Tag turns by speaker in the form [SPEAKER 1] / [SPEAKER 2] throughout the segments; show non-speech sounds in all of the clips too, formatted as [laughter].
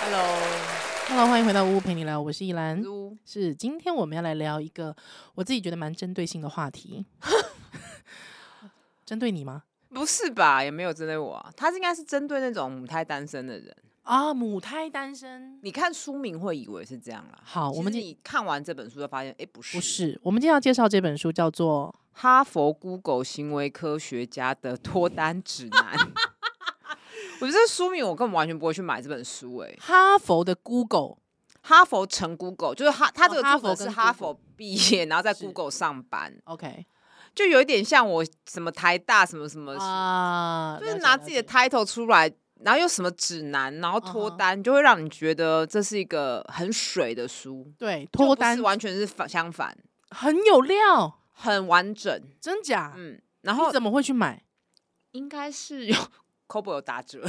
[SPEAKER 1] Hello，
[SPEAKER 2] Hello，欢迎回到呜呜陪你聊，我是依兰。
[SPEAKER 1] 呜
[SPEAKER 2] 是今天我们要来聊一个我自己觉得蛮针对性的话题，
[SPEAKER 1] [laughs]
[SPEAKER 2] 针对你吗？
[SPEAKER 1] 不是吧？也没有针对我啊，他应该是针对那种母胎单身的人。
[SPEAKER 2] 啊，母胎单身
[SPEAKER 1] 你看书名会以为是这样啦。
[SPEAKER 2] 好
[SPEAKER 1] 其
[SPEAKER 2] 我们
[SPEAKER 1] 实
[SPEAKER 2] 今
[SPEAKER 1] 你看完这本书就发现，哎、不是，
[SPEAKER 2] 不是。我们今天要介绍这本书叫做
[SPEAKER 1] 哈佛 Google 行为科学家的脱单指南。
[SPEAKER 2] [laughs]
[SPEAKER 1] 我觉得书名我根本完全不会去买这本书、诶。
[SPEAKER 2] 《哈佛的 Google
[SPEAKER 1] 哈佛成 Google 就是哈，他这个
[SPEAKER 2] 哦哈
[SPEAKER 1] 作
[SPEAKER 2] 佛
[SPEAKER 1] 者是
[SPEAKER 2] 跟
[SPEAKER 1] 哈
[SPEAKER 2] Google
[SPEAKER 1] 佛毕业，然后在
[SPEAKER 2] 是
[SPEAKER 1] Google 上班，》
[SPEAKER 2] ，OK
[SPEAKER 1] 就有一点像我什么台大什么什么
[SPEAKER 2] 啊，
[SPEAKER 1] 就是
[SPEAKER 2] 了解
[SPEAKER 1] 拿
[SPEAKER 2] 了
[SPEAKER 1] 自己的
[SPEAKER 2] 解
[SPEAKER 1] title 出来，然后又什么指南，然后脱
[SPEAKER 2] 嗯哼
[SPEAKER 1] 单就会让你觉得这是一个很水的书，
[SPEAKER 2] 对
[SPEAKER 1] 就
[SPEAKER 2] 脱
[SPEAKER 1] 不是
[SPEAKER 2] 单
[SPEAKER 1] 完全是反相反，
[SPEAKER 2] 很有料，
[SPEAKER 1] 很完整，
[SPEAKER 2] 真假？
[SPEAKER 1] 嗯，然
[SPEAKER 2] 你
[SPEAKER 1] 后
[SPEAKER 2] 怎么会去买？
[SPEAKER 1] 应该是有 [laughs] Kobo 有打折。 [laughs]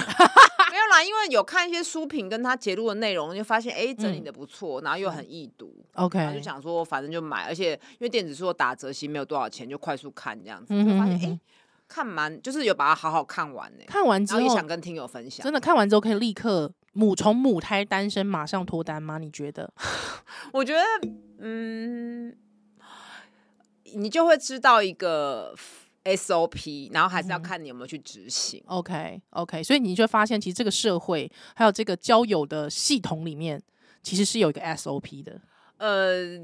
[SPEAKER 1] 没有啦，因为有看一些书评跟他揭露的内容，就发现哎、整理
[SPEAKER 2] 嗯
[SPEAKER 1] 的不错，然后又很易读，然后就
[SPEAKER 2] OK，
[SPEAKER 1] 想说反正就买，而且因为电子书打折，其实没有多少钱，就快速看这样子，
[SPEAKER 2] 嗯
[SPEAKER 1] 就
[SPEAKER 2] 哼
[SPEAKER 1] 发现哎、
[SPEAKER 2] 嗯哼
[SPEAKER 1] 看蛮就是有把它好好看完呢、
[SPEAKER 2] 看完之
[SPEAKER 1] 然后也
[SPEAKER 2] 后
[SPEAKER 1] 想跟听友分享
[SPEAKER 2] 真。的看完之后可以立刻母从母胎单身马上脱单吗？你觉得？
[SPEAKER 1] 我觉得，嗯，你就会知道一个 SOP，然后还是要
[SPEAKER 2] 嗯
[SPEAKER 1] 看你有没有去执行。
[SPEAKER 2] OK OK，所以你就会发现，其实这个社会还有这个交友的系统里面，其实是有一个 SOP 的。
[SPEAKER 1] 呃，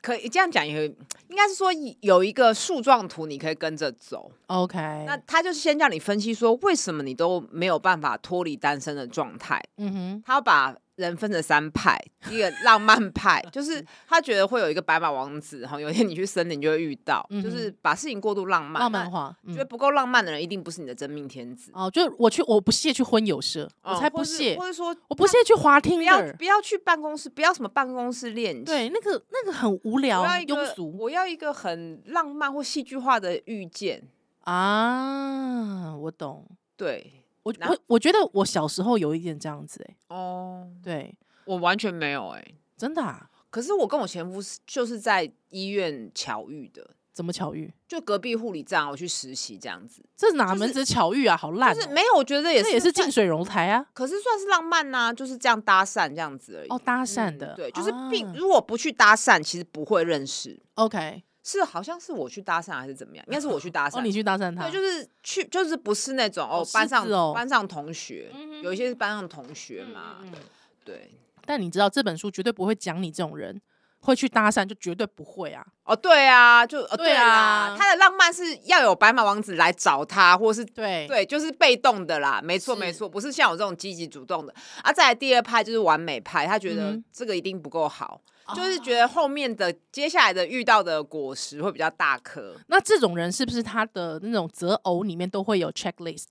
[SPEAKER 1] 可以这样讲，也可以应该是说有一个树状图，你可以跟着走。
[SPEAKER 2] OK，
[SPEAKER 1] 那他就是先叫你分析说，为什么你都没有办法脱离单身的状态。
[SPEAKER 2] 嗯哼，
[SPEAKER 1] 他要把人分成三派，一
[SPEAKER 2] [laughs]
[SPEAKER 1] 个浪漫派，就是他觉得会有一个白马王子，哈，有一天你去森林就会遇到，
[SPEAKER 2] 嗯哼
[SPEAKER 1] 就是把事情过度浪漫。
[SPEAKER 2] 浪
[SPEAKER 1] 那
[SPEAKER 2] 漫化，
[SPEAKER 1] 觉得
[SPEAKER 2] 嗯，
[SPEAKER 1] 不够浪漫的人，一定不是你的真命天子。
[SPEAKER 2] 哦，就是我去，我不屑去婚友社，我
[SPEAKER 1] 嗯
[SPEAKER 2] 才
[SPEAKER 1] 或
[SPEAKER 2] 不
[SPEAKER 1] 是
[SPEAKER 2] 屑
[SPEAKER 1] 或，者说
[SPEAKER 2] 我不屑去滑
[SPEAKER 1] 不
[SPEAKER 2] 听
[SPEAKER 1] 要
[SPEAKER 2] 的，
[SPEAKER 1] 不要去办公室，不要什么办公室恋情。
[SPEAKER 2] 对，那个那个很无聊
[SPEAKER 1] 我要一，
[SPEAKER 2] 庸
[SPEAKER 1] 个
[SPEAKER 2] 俗
[SPEAKER 1] 我要一个很浪漫或戏剧化的遇见。
[SPEAKER 2] 啊，我懂。
[SPEAKER 1] 对，
[SPEAKER 2] 我
[SPEAKER 1] 那
[SPEAKER 2] 我我觉得我小时候有一点这样子、欸，
[SPEAKER 1] 哦，
[SPEAKER 2] 对，
[SPEAKER 1] 我完全没有哎、
[SPEAKER 2] 真的、啊，
[SPEAKER 1] 可是我跟我前夫是就是在医院巧遇的，
[SPEAKER 2] 怎么巧遇？
[SPEAKER 1] 就隔壁护理站，啊我去实习这样子，
[SPEAKER 2] 这哪
[SPEAKER 1] 就
[SPEAKER 2] 门
[SPEAKER 1] 是
[SPEAKER 2] 子巧遇啊？好烂、
[SPEAKER 1] 就
[SPEAKER 2] 哦，
[SPEAKER 1] 是没有，我觉得也
[SPEAKER 2] 这
[SPEAKER 1] 是
[SPEAKER 2] 也是
[SPEAKER 1] 算
[SPEAKER 2] 近，水楼台啊，
[SPEAKER 1] 可是算是浪漫呐、就是这样搭讪这样子而已。
[SPEAKER 2] 哦，搭
[SPEAKER 1] 嗯
[SPEAKER 2] 讪的、
[SPEAKER 1] 对，就是并、
[SPEAKER 2] 啊
[SPEAKER 1] 如果不去搭讪，其实不会认识。
[SPEAKER 2] OK，
[SPEAKER 1] 是好像是我去搭讪还是怎么样？应该是我去搭讪。
[SPEAKER 2] [laughs] 哦，你去搭讪他，
[SPEAKER 1] 对，就是去，就是不是那种哦
[SPEAKER 2] 狮，
[SPEAKER 1] 班上、
[SPEAKER 2] 子哦
[SPEAKER 1] 班上同学，
[SPEAKER 2] 嗯
[SPEAKER 1] 有一些是班上同学
[SPEAKER 2] 嗯
[SPEAKER 1] 嘛，
[SPEAKER 2] 嗯嗯
[SPEAKER 1] 对，
[SPEAKER 2] 但你知道这本书绝对不会讲你这种人会去搭讪，就绝对不会啊。
[SPEAKER 1] 哦，对啊，就哦
[SPEAKER 2] 对
[SPEAKER 1] 对啦
[SPEAKER 2] 啊，
[SPEAKER 1] 他的浪漫是要有白马王子来找他，或是。
[SPEAKER 2] 对
[SPEAKER 1] 对，就是被动的啦，没错
[SPEAKER 2] 是
[SPEAKER 1] 没错，不是像我这种积极主动的啊。再来第二派就是完美派，他觉得
[SPEAKER 2] 嗯哦
[SPEAKER 1] 这个一定不够好，就是觉
[SPEAKER 2] 得、
[SPEAKER 1] 得后面的接下来的遇到的果实会比较大颗，
[SPEAKER 2] 那这种人是不是他的那种择偶里面都会有 checklist？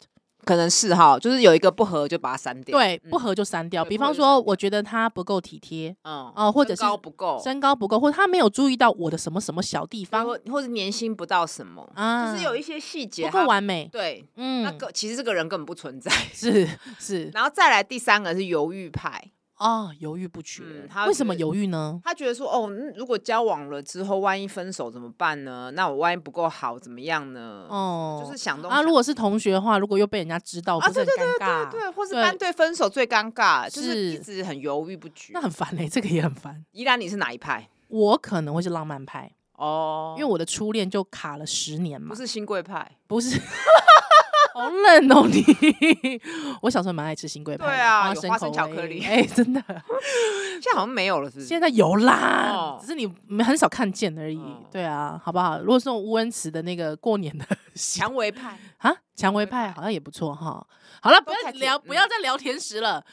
[SPEAKER 1] 可能是哈，就是有一个不合就把它删掉。，
[SPEAKER 2] 对，不合就删掉。
[SPEAKER 1] 嗯对
[SPEAKER 2] 比
[SPEAKER 1] 不合
[SPEAKER 2] 方
[SPEAKER 1] 就删
[SPEAKER 2] 说，我觉得他不够体贴，
[SPEAKER 1] 嗯，
[SPEAKER 2] 哦或
[SPEAKER 1] 身
[SPEAKER 2] 者是
[SPEAKER 1] 高不够，
[SPEAKER 2] 身高不够，或者他没有注意到我的什么什么小地方
[SPEAKER 1] 或或者年薪不到什么，
[SPEAKER 2] 啊，
[SPEAKER 1] 就是有一些细节
[SPEAKER 2] 不
[SPEAKER 1] 还
[SPEAKER 2] 够
[SPEAKER 1] 有。
[SPEAKER 2] 完美。
[SPEAKER 1] 对，那
[SPEAKER 2] 嗯，
[SPEAKER 1] 个其实这个人根本不存在。 [laughs]
[SPEAKER 2] 是是
[SPEAKER 1] 然后再来第三个是犹豫派，
[SPEAKER 2] 哦，犹豫不决。
[SPEAKER 1] 嗯他
[SPEAKER 2] 为什么
[SPEAKER 1] 是
[SPEAKER 2] 犹豫呢？
[SPEAKER 1] 他觉得说哦，嗯如果交往了之后，万一分手怎么办呢？那我万一不够好怎么样呢？
[SPEAKER 2] 哦，
[SPEAKER 1] 嗯就是想东
[SPEAKER 2] 啊，
[SPEAKER 1] 想
[SPEAKER 2] 如果是同学的话，如果又被人家知道，
[SPEAKER 1] 啊
[SPEAKER 2] 不是很尴尬、啊
[SPEAKER 1] 对，或是
[SPEAKER 2] 对
[SPEAKER 1] 班对分手最尴尬，就是一
[SPEAKER 2] 是
[SPEAKER 1] 直很犹豫不决
[SPEAKER 2] 那。很烦哎、这个也很烦。
[SPEAKER 1] 依然你是哪一派？
[SPEAKER 2] 我可能会是浪漫派，
[SPEAKER 1] 哦，
[SPEAKER 2] 因为我的初恋就卡了十年嘛
[SPEAKER 1] 不，是新贵派。
[SPEAKER 2] 不是，好冷哦你。我小时候蛮爱吃新贵派的，
[SPEAKER 1] 对啊有
[SPEAKER 2] 生
[SPEAKER 1] 花生
[SPEAKER 2] 口
[SPEAKER 1] 巧
[SPEAKER 2] 味
[SPEAKER 1] 克力
[SPEAKER 2] 哎、真的，
[SPEAKER 1] 现在好像没有了，是不是？
[SPEAKER 2] 现在有啦，
[SPEAKER 1] 哦
[SPEAKER 2] 只是你很少看见而已。
[SPEAKER 1] 哦
[SPEAKER 2] 对啊，好不好？如果是那种乌恩慈的那个过年
[SPEAKER 1] [laughs]
[SPEAKER 2] 的喜
[SPEAKER 1] 蔷薇派。
[SPEAKER 2] 啊，蔷薇派好像也不错哈。好了，不
[SPEAKER 1] 都太
[SPEAKER 2] 要
[SPEAKER 1] 甜
[SPEAKER 2] 聊，
[SPEAKER 1] 嗯
[SPEAKER 2] 不要再聊甜食了。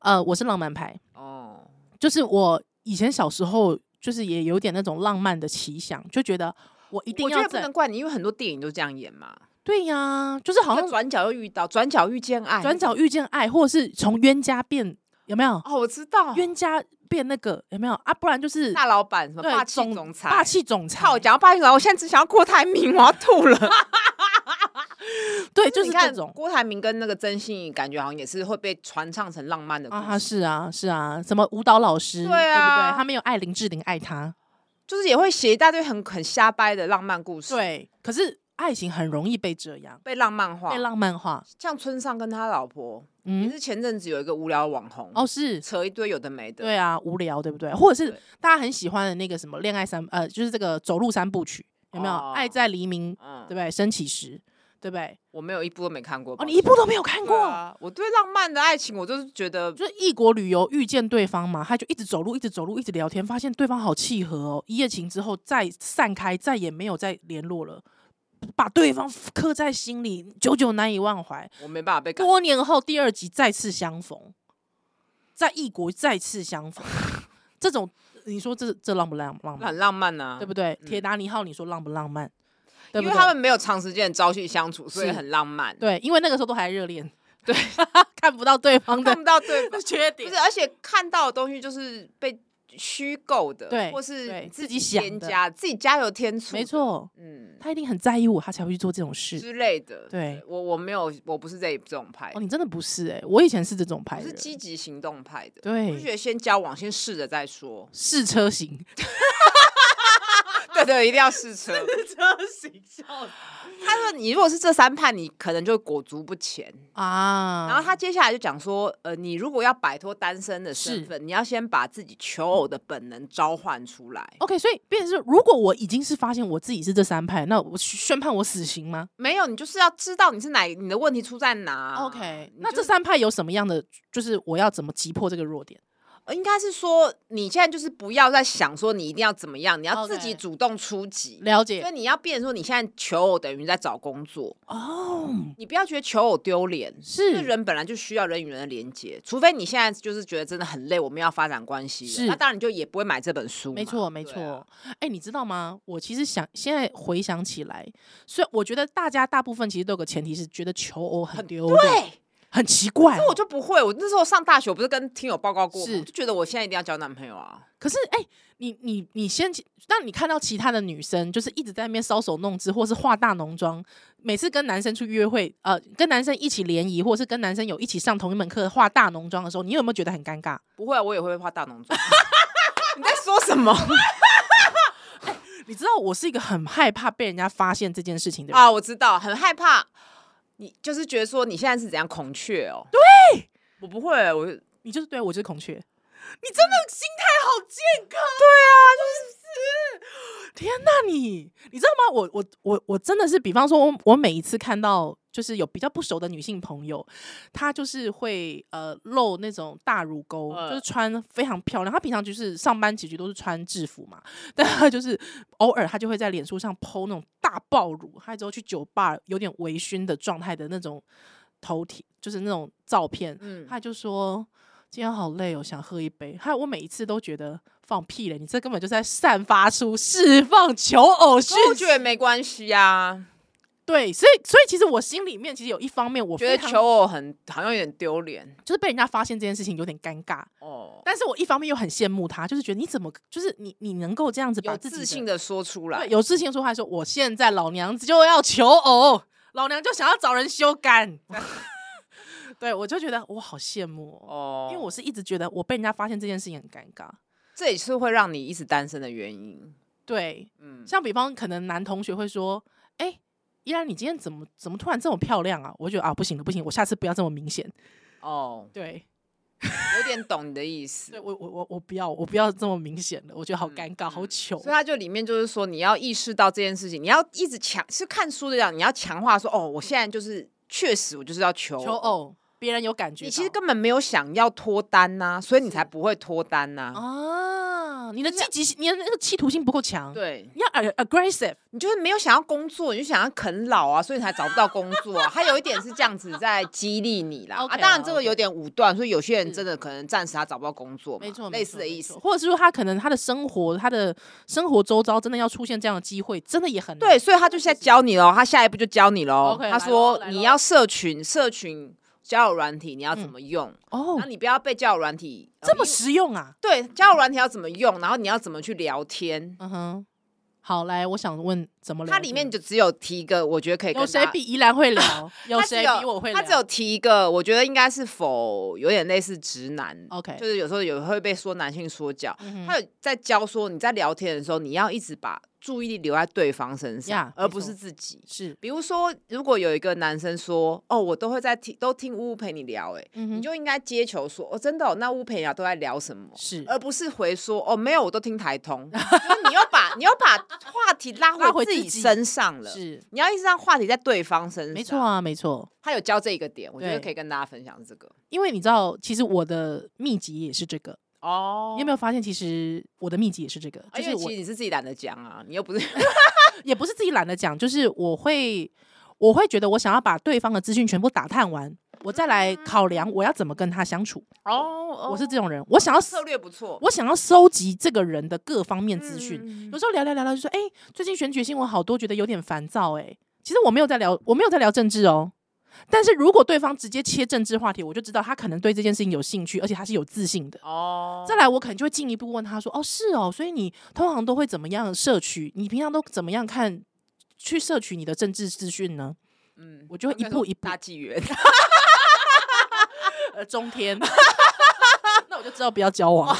[SPEAKER 2] 呃，我是浪漫派，
[SPEAKER 1] 哦，
[SPEAKER 2] 就是我以前小时候就是也有点那种浪漫的奇想，就觉得我一定
[SPEAKER 1] 我觉
[SPEAKER 2] 要
[SPEAKER 1] 得不
[SPEAKER 2] 在
[SPEAKER 1] 能怪你，因为很多电影都这样演嘛。
[SPEAKER 2] 对呀、就是
[SPEAKER 1] 好
[SPEAKER 2] 好
[SPEAKER 1] 像
[SPEAKER 2] 像
[SPEAKER 1] 转角又遇到，转角遇见爱，
[SPEAKER 2] 转角遇见爱，或者是从冤家变有没有、
[SPEAKER 1] 哦，我知道，
[SPEAKER 2] 冤家变那个有没有啊？不然就是
[SPEAKER 1] 大老板什么
[SPEAKER 2] 对
[SPEAKER 1] 霸气总裁，
[SPEAKER 2] 霸气总裁，
[SPEAKER 1] 靠！讲到霸气总裁，我现在只想要郭台铭，我要吐了。
[SPEAKER 2] [laughs] 对，就是
[SPEAKER 1] 你
[SPEAKER 2] 这
[SPEAKER 1] 看
[SPEAKER 2] 种
[SPEAKER 1] 郭台铭跟那个曾心怡，感觉好像也是会被传唱成浪漫的故
[SPEAKER 2] 啊
[SPEAKER 1] 事，
[SPEAKER 2] 哈，是啊是啊，什么舞蹈老师
[SPEAKER 1] 对啊
[SPEAKER 2] 不对？他没有爱林志玲，爱他
[SPEAKER 1] 就是也会写一大堆很很瞎掰的浪漫故事，，
[SPEAKER 2] 对，可是爱情很容易被这样
[SPEAKER 1] 被浪漫化
[SPEAKER 2] 被。浪漫化，
[SPEAKER 1] 像村上跟他老婆，也
[SPEAKER 2] 嗯，
[SPEAKER 1] 是前阵子有一个无聊网红，
[SPEAKER 2] 哦是，
[SPEAKER 1] 扯一堆有的没的，
[SPEAKER 2] 对啊，无聊对不对？或者是
[SPEAKER 1] 对
[SPEAKER 2] 大家很喜欢的那个什么恋爱三呃，就是这个走路三部曲，有没有？
[SPEAKER 1] 哦
[SPEAKER 2] 爱在黎明，
[SPEAKER 1] 嗯
[SPEAKER 2] 对不，对？升起时，对不对？
[SPEAKER 1] 我没有一部都没看过。
[SPEAKER 2] 哦，你一部都没有看
[SPEAKER 1] 看
[SPEAKER 2] 过，
[SPEAKER 1] 啊？我对浪漫的爱情，我就是觉得
[SPEAKER 2] 就是异国旅游遇见对方嘛，他就一直走路，一直走路，一直聊天，发现对方好契合哦，一夜情之后再散开，再也没有再联络了，把对方刻在心里，久久难以忘怀。
[SPEAKER 1] 我没办法被感
[SPEAKER 2] 多年后第二集再次相逢，在异国再次
[SPEAKER 1] [laughs]
[SPEAKER 2] 相逢，这种你说这这浪不浪浪漫？
[SPEAKER 1] 很浪漫呐、
[SPEAKER 2] 对不对？
[SPEAKER 1] 嗯
[SPEAKER 2] 铁达尼号，你说浪不浪漫？对
[SPEAKER 1] 因
[SPEAKER 2] 不
[SPEAKER 1] 为
[SPEAKER 2] 对
[SPEAKER 1] 他们没有长时间的朝夕相处，所以
[SPEAKER 2] 是
[SPEAKER 1] 很浪漫，
[SPEAKER 2] 对，因为那个时候都还
[SPEAKER 1] [laughs]
[SPEAKER 2] 热恋，对， [laughs] 看不到对方
[SPEAKER 1] 看
[SPEAKER 2] 的，
[SPEAKER 1] 不到对方
[SPEAKER 2] [laughs] 缺
[SPEAKER 1] 不
[SPEAKER 2] 点
[SPEAKER 1] 是，，而且看到的东西就是被虚构的，
[SPEAKER 2] 对
[SPEAKER 1] 或是
[SPEAKER 2] 对
[SPEAKER 1] 自
[SPEAKER 2] 自己想
[SPEAKER 1] 添
[SPEAKER 2] 的
[SPEAKER 1] 加，自己加油添醋，
[SPEAKER 2] 没，错，
[SPEAKER 1] 嗯
[SPEAKER 2] 他一定很在意我，他才会去做这种事。
[SPEAKER 1] 之类的。
[SPEAKER 2] 对
[SPEAKER 1] 我我没有，我不是这一这种派
[SPEAKER 2] 哦，，你真的不是哎、我以前是这种
[SPEAKER 1] 我
[SPEAKER 2] 牌
[SPEAKER 1] 是
[SPEAKER 2] 人，
[SPEAKER 1] 积极行动派的。我就觉
[SPEAKER 2] 对，。
[SPEAKER 1] 得先交往，先试着再说
[SPEAKER 2] [laughs] 试车型，
[SPEAKER 1] 对对，一定要试
[SPEAKER 2] [laughs]
[SPEAKER 1] 车。
[SPEAKER 2] 车型笑
[SPEAKER 1] 他说，你如果是这三派，你可能就裹足不前。
[SPEAKER 2] 啊。
[SPEAKER 1] 然后他接下来就讲说，呃，你如果要摆脱单身的身
[SPEAKER 2] 是
[SPEAKER 1] 份，你要先把自己求偶的本能召唤出来。
[SPEAKER 2] OK，所以变成是，如果我已经是发现我自己是这三派，那我宣判我死刑吗、
[SPEAKER 1] 没有，你就是要知道你是哪，你的问题出在哪。
[SPEAKER 2] o k
[SPEAKER 1] 啊你
[SPEAKER 2] 那
[SPEAKER 1] 就
[SPEAKER 2] 这三派有什么样的？就是我要怎么击破这个弱点？
[SPEAKER 1] 呃应该是说，你现在就是不要再想说你一定要怎么样，你要自己
[SPEAKER 2] OK
[SPEAKER 1] 主动出击。
[SPEAKER 2] 了
[SPEAKER 1] 所
[SPEAKER 2] 解
[SPEAKER 1] 以你要变成说，你现在求偶等于在找工作，
[SPEAKER 2] 哦，
[SPEAKER 1] 你不要觉得求偶丢脸。因为
[SPEAKER 2] 是
[SPEAKER 1] 人本来就需要人与人的连接，除非你现在就是觉得真的很累，我们要发展关系了，
[SPEAKER 2] 是
[SPEAKER 1] 那当然你就也不会买这本书嘛。
[SPEAKER 2] 没错，没
[SPEAKER 1] 对
[SPEAKER 2] 错。哎、
[SPEAKER 1] 啊
[SPEAKER 2] 你知道吗？我其实想现在回想起来，所以我觉得大家大部分其实都有个前提是觉得求偶很丢
[SPEAKER 1] 嗯
[SPEAKER 2] 脸，
[SPEAKER 1] 对，
[SPEAKER 2] 很奇怪。
[SPEAKER 1] 那我就不会。我那时候上大学，我不是跟听友报告过吗，
[SPEAKER 2] 是
[SPEAKER 1] 我就觉得我现在一定要交男朋友啊。
[SPEAKER 2] 可是哎、你你你先，当你看到其他的女生就是一直在那边搔首弄姿，或是化大浓妆，每次跟男生去约会，呃，跟男生一起联谊，或是跟男生有一起上同一门课化大浓妆的时候，你有没有觉得很尴尬？
[SPEAKER 1] 不会啊， [laughs] 我也会画大浓妆。你在说什么
[SPEAKER 2] 你知道我是一个很害怕被人家发现这件事情的人，
[SPEAKER 1] 啊？我知道，很害怕。你就是觉得说你现在是怎样孔雀哦？对，我不会，我对
[SPEAKER 2] 你就是对我就是孔雀，
[SPEAKER 1] 你真的心态好健康。
[SPEAKER 2] 啊，就是天哪你，你知道吗？我我我我真的是，比方说我，我每一次看到就是有比较不熟的女性朋友，她就是会呃露那种大乳沟，
[SPEAKER 1] 嗯
[SPEAKER 2] 就是穿非常漂亮。她平常就是上班其实都是穿制服嘛，但她就是偶尔她就会在脸书上剖那种大爆乳，还之后去酒吧有点微醺的状态的那种头体，就是那种照片，
[SPEAKER 1] 嗯，
[SPEAKER 2] 他就说今天好累哦，想喝一杯。还有我每一次都觉得放屁了，你这根本就是在散发出释放求偶讯
[SPEAKER 1] 跟我
[SPEAKER 2] 息
[SPEAKER 1] 觉。得没关系啊，
[SPEAKER 2] 对，所以所以其实我心里面其实有一方面我
[SPEAKER 1] 觉得
[SPEAKER 2] 非常
[SPEAKER 1] 求偶很好像有点丢脸
[SPEAKER 2] 就是被人家发现这件事情有点尴尬，
[SPEAKER 1] 哦。
[SPEAKER 2] 但是我一方面又很羡慕他，就是觉得你怎么就是你你能够这样子把
[SPEAKER 1] 有
[SPEAKER 2] 自己
[SPEAKER 1] 自信
[SPEAKER 2] 的
[SPEAKER 1] 的说出来
[SPEAKER 2] 对，有自信地说话说我现在老娘就要求偶，老娘就想要找人修改。 [laughs] 对，我就觉得我好羡慕
[SPEAKER 1] 哦，
[SPEAKER 2] 哦，因为我是一直觉得我被人家发现这件事情很尴尬。
[SPEAKER 1] 这也是会让你一直单身的原因。
[SPEAKER 2] 对，
[SPEAKER 1] 嗯，
[SPEAKER 2] 像比方可能男同学会说：“哎、依然你今天怎么怎么突然这么漂亮啊？”我就觉得啊，不行了，不行，我下次不要这么明显。
[SPEAKER 1] 哦，
[SPEAKER 2] 对，
[SPEAKER 1] 有点懂你的意思
[SPEAKER 2] 对。我我我我不要，我不要这么明显了，我觉得好
[SPEAKER 1] 嗯
[SPEAKER 2] 尴尬，好
[SPEAKER 1] 嗯
[SPEAKER 2] 糗
[SPEAKER 1] 所以。他就里面就是说，你要意识到这件事情，你要一直强是看书的讲，你要强化说，哦，我现在就是确实我就是要求哦
[SPEAKER 2] 求。偶，哦别人有感觉到。
[SPEAKER 1] 你其实根本没有想要脱单呐、所以你
[SPEAKER 2] 是哦
[SPEAKER 1] 才不会脱单呐、
[SPEAKER 2] 啊，你的积极性，你的那个企图心不够强。，
[SPEAKER 1] 对
[SPEAKER 2] 你要 ag- aggressive。
[SPEAKER 1] 你就是没有想要工作，你就想要啃老啊，所以你才找不到工作、啊。他有一点是这样子在激励你啦。啊，
[SPEAKER 2] OK
[SPEAKER 1] 当然
[SPEAKER 2] 啦
[SPEAKER 1] 这个
[SPEAKER 2] OK
[SPEAKER 1] 有点武断，所以有些人
[SPEAKER 2] 是
[SPEAKER 1] 真的可能暂时他找不到工作嘛，
[SPEAKER 2] 没错，没
[SPEAKER 1] 类似
[SPEAKER 2] 错
[SPEAKER 1] 的
[SPEAKER 2] 没
[SPEAKER 1] 意
[SPEAKER 2] 错
[SPEAKER 1] 思。
[SPEAKER 2] 或者是说他可能他的生活，他的生活周遭真的要出现这样的机会，真的也很难
[SPEAKER 1] 对，所以他就现在教你喽，他下一步就教你喽。
[SPEAKER 2] OK，
[SPEAKER 1] 他
[SPEAKER 2] 来
[SPEAKER 1] 说
[SPEAKER 2] 咯来
[SPEAKER 1] 你
[SPEAKER 2] 咯
[SPEAKER 1] 要社群，社群交友软体你要怎么用，然
[SPEAKER 2] 哦
[SPEAKER 1] 后，你不要被交友软体呃
[SPEAKER 2] 这么
[SPEAKER 1] 因
[SPEAKER 2] 实用啊。
[SPEAKER 1] 对交友软体要怎么用，然后你要怎么去聊天。
[SPEAKER 2] 嗯哼，好，来，我想问怎么聊
[SPEAKER 1] 它
[SPEAKER 2] 天？
[SPEAKER 1] 里面就只有提一个，我觉得可以
[SPEAKER 2] 有
[SPEAKER 1] 跟
[SPEAKER 2] 谁
[SPEAKER 1] 大家
[SPEAKER 2] 比宜兰会
[SPEAKER 1] [laughs]
[SPEAKER 2] 聊？有
[SPEAKER 1] 他只
[SPEAKER 2] 谁比我会聊？
[SPEAKER 1] 他只有提一个，我觉得应该是否有点类似直男
[SPEAKER 2] OK，
[SPEAKER 1] 就是有时候有会被说男性说教。
[SPEAKER 2] 哦嗯哼
[SPEAKER 1] 他有在教说你在聊天的时候，你要一直把注意力留在对方身上
[SPEAKER 2] Yeah，
[SPEAKER 1] 而不
[SPEAKER 2] 没错
[SPEAKER 1] 是自己。
[SPEAKER 2] 是，
[SPEAKER 1] 比如说，如果有一个男生说：“哦，我都会在听，都听呜呜陪你聊。”哎，
[SPEAKER 2] 嗯
[SPEAKER 1] 你
[SPEAKER 2] 哼，
[SPEAKER 1] 就应该接球说：“哦，真的、哦，那呜陪你聊都在聊什么？”
[SPEAKER 2] 是
[SPEAKER 1] 而不是回说：“哦，没有，我都听台通。”就是你要把你要把话题拉
[SPEAKER 2] 拉
[SPEAKER 1] 回
[SPEAKER 2] 回
[SPEAKER 1] 自
[SPEAKER 2] 自
[SPEAKER 1] 己
[SPEAKER 2] 己
[SPEAKER 1] 身上了，
[SPEAKER 2] 是，
[SPEAKER 1] 你要一直让话题在对方身上。
[SPEAKER 2] 没错啊，没错。
[SPEAKER 1] 他有教这一个点，我觉得
[SPEAKER 2] 对
[SPEAKER 1] 可以跟大家分享这个。
[SPEAKER 2] 因为你知道，其实我的秘籍也是这个。
[SPEAKER 1] 哦
[SPEAKER 2] 你有没有发现，其实我的秘籍也是这个？
[SPEAKER 1] 啊
[SPEAKER 2] 就
[SPEAKER 1] 因
[SPEAKER 2] 是
[SPEAKER 1] 为
[SPEAKER 2] 我
[SPEAKER 1] 其实你是自己懒得讲啊，你又不是
[SPEAKER 2] 也不是自己懒得讲，就是我会，我会觉得我想要把对方的资讯全部打探完，我再来考量我要怎么跟他相处。
[SPEAKER 1] 嗯 [laughs] 哦
[SPEAKER 2] 我是这种人，我想要
[SPEAKER 1] 策略不错，
[SPEAKER 2] 我想要收集这个人的各方面资讯。
[SPEAKER 1] 嗯
[SPEAKER 2] 有时候聊聊聊聊就说，哎、最近选举新闻好多，觉得有点烦躁、哎，其实我没有在聊，我没有在聊政治哦。但是如果对方直接切政治话题，我就知道他可能对这件事情有兴趣，而且他是有自信的。
[SPEAKER 1] 哦
[SPEAKER 2] 再来，我可能就会进一步问他说：“哦，是哦，所以你通常都会怎么样摄取？你平常都怎么样看去摄取你的政治资讯呢
[SPEAKER 1] 嗯
[SPEAKER 2] 我就会一步一步
[SPEAKER 1] 大纪元，？”
[SPEAKER 2] 呃，中天， [laughs] 那我就知道不要交往。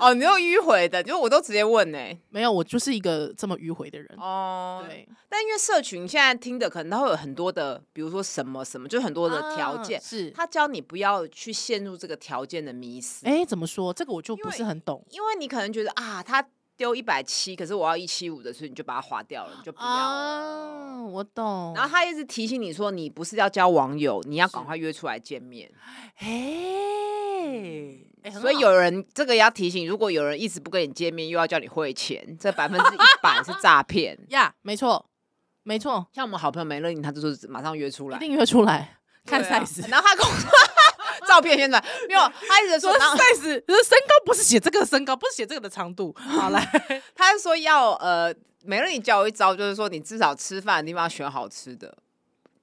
[SPEAKER 1] 哦，你又迂回的，就是我都直接问欸呢、
[SPEAKER 2] [laughs] 没有，我就是一个这么迂回的人。
[SPEAKER 1] 哦，。
[SPEAKER 2] 对，
[SPEAKER 1] 但因为社群现在听的可能它会有很多的，比如说什么什么，就是很多的条件
[SPEAKER 2] 啊，是。
[SPEAKER 1] 他、教你不要去陷入这个条件的迷失，
[SPEAKER 2] 哎，怎么说？这个我就
[SPEAKER 1] 因
[SPEAKER 2] 不是
[SPEAKER 1] 为
[SPEAKER 2] 很懂
[SPEAKER 1] 因为你可能觉得啊，他丢一百七，可是我要一七五的，所以你就把它划掉了，你就不要了。
[SPEAKER 2] 啊。哦我懂。
[SPEAKER 1] 然后他一直提醒你说，你不是要交网友，你要赶
[SPEAKER 2] 是
[SPEAKER 1] 快约出来见面。
[SPEAKER 2] 哎，哎很
[SPEAKER 1] 所以
[SPEAKER 2] 好。
[SPEAKER 1] 有人这个也要提醒，如果有人一直不跟你见面，又要叫你汇钱，这百分之一百是诈骗
[SPEAKER 2] 呀，没错，没错，
[SPEAKER 1] 像我们好朋友梅乐妮，她就说马上约出 [laughs]
[SPEAKER 2] 一
[SPEAKER 1] 来，
[SPEAKER 2] 定约出来看
[SPEAKER 1] 对啊
[SPEAKER 2] size。 [laughs]
[SPEAKER 1] 然后她跟我说 [laughs] 照片宣传没有，她一直
[SPEAKER 2] [laughs]
[SPEAKER 1] 说
[SPEAKER 2] 说，
[SPEAKER 1] 然后
[SPEAKER 2] size 身高不是写这个身高，不是写这个的长 [laughs] 度。好来，
[SPEAKER 1] 她是说要呃，梅乐妮教我一招，就是说你至少吃饭的地方要选好吃的。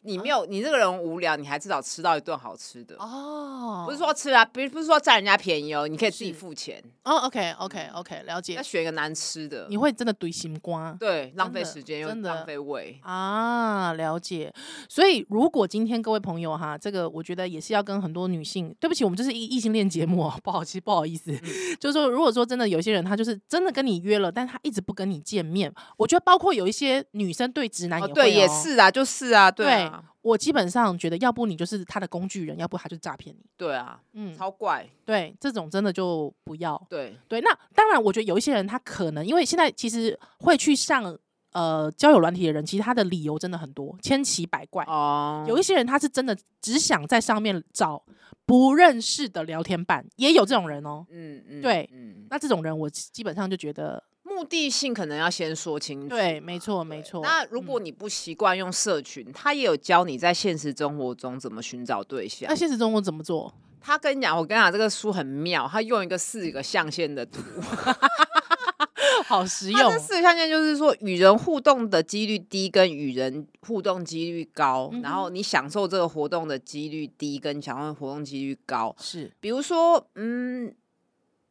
[SPEAKER 1] 你没有，你这个人无聊，你还至少吃到一顿好吃的。
[SPEAKER 2] 哦
[SPEAKER 1] 不是说吃啊，不是不是说占人家便宜哦，你可以自己
[SPEAKER 2] 是
[SPEAKER 1] 付钱，
[SPEAKER 2] 哦，OK OK OK，了
[SPEAKER 1] 要
[SPEAKER 2] 解。
[SPEAKER 1] 选一个难吃的
[SPEAKER 2] 你，会真的堆心瓜
[SPEAKER 1] 对，浪费
[SPEAKER 2] 真的
[SPEAKER 1] 时间又
[SPEAKER 2] 真的
[SPEAKER 1] 浪费胃。
[SPEAKER 2] 啊？了解。所以如果今天各位朋友哈，这个我觉得也是要跟很多女性，对不起，我们这是异异性恋节目哦，不好意思，不好意思。
[SPEAKER 1] 嗯
[SPEAKER 2] [laughs] 就是说，如果说真的有些人他就是真的跟你约了，但他一直不跟你见面，我觉得包括有一些女生对直男也
[SPEAKER 1] 哦，
[SPEAKER 2] 会、
[SPEAKER 1] 对，也。是啊，就是啊，对
[SPEAKER 2] 对
[SPEAKER 1] 啊，
[SPEAKER 2] 我基本上觉得，要不你就是他的工具人，要不他就诈骗你。
[SPEAKER 1] 对啊，
[SPEAKER 2] 嗯，
[SPEAKER 1] 超怪，
[SPEAKER 2] 对，这种真的就不要。
[SPEAKER 1] 对，
[SPEAKER 2] 对，那当然，我觉得有一些人他可能因为现在其实会去上呃交友软体的人，其实他的理由真的很多，千奇百怪。
[SPEAKER 1] 哦，
[SPEAKER 2] 有一些人他是真的只想在上面找不认识的聊天伴，也有这种人哦。
[SPEAKER 1] 嗯嗯，
[SPEAKER 2] 对
[SPEAKER 1] 嗯，
[SPEAKER 2] 那这种人，我基本上就觉得，
[SPEAKER 1] 目的性可能要先说清楚，
[SPEAKER 2] 对，嗯没错，没错。
[SPEAKER 1] 那如果你不习惯用社群，他也有教你在现实生活中怎么寻找对象
[SPEAKER 2] 那。现实中我怎么做？ [laughs]
[SPEAKER 1] 他跟你讲，我跟你讲，这个书很妙，他用一个四个象限的
[SPEAKER 2] [laughs]
[SPEAKER 1] 图，
[SPEAKER 2] 好实
[SPEAKER 1] 他
[SPEAKER 2] 用哦
[SPEAKER 1] 这。四个象限就是说，与人互动的几率低，跟与人互动几率高，
[SPEAKER 2] 嗯哼
[SPEAKER 1] 然后你享受这个活动的几率低，跟享受活动几率高。
[SPEAKER 2] 是
[SPEAKER 1] 比如说，嗯，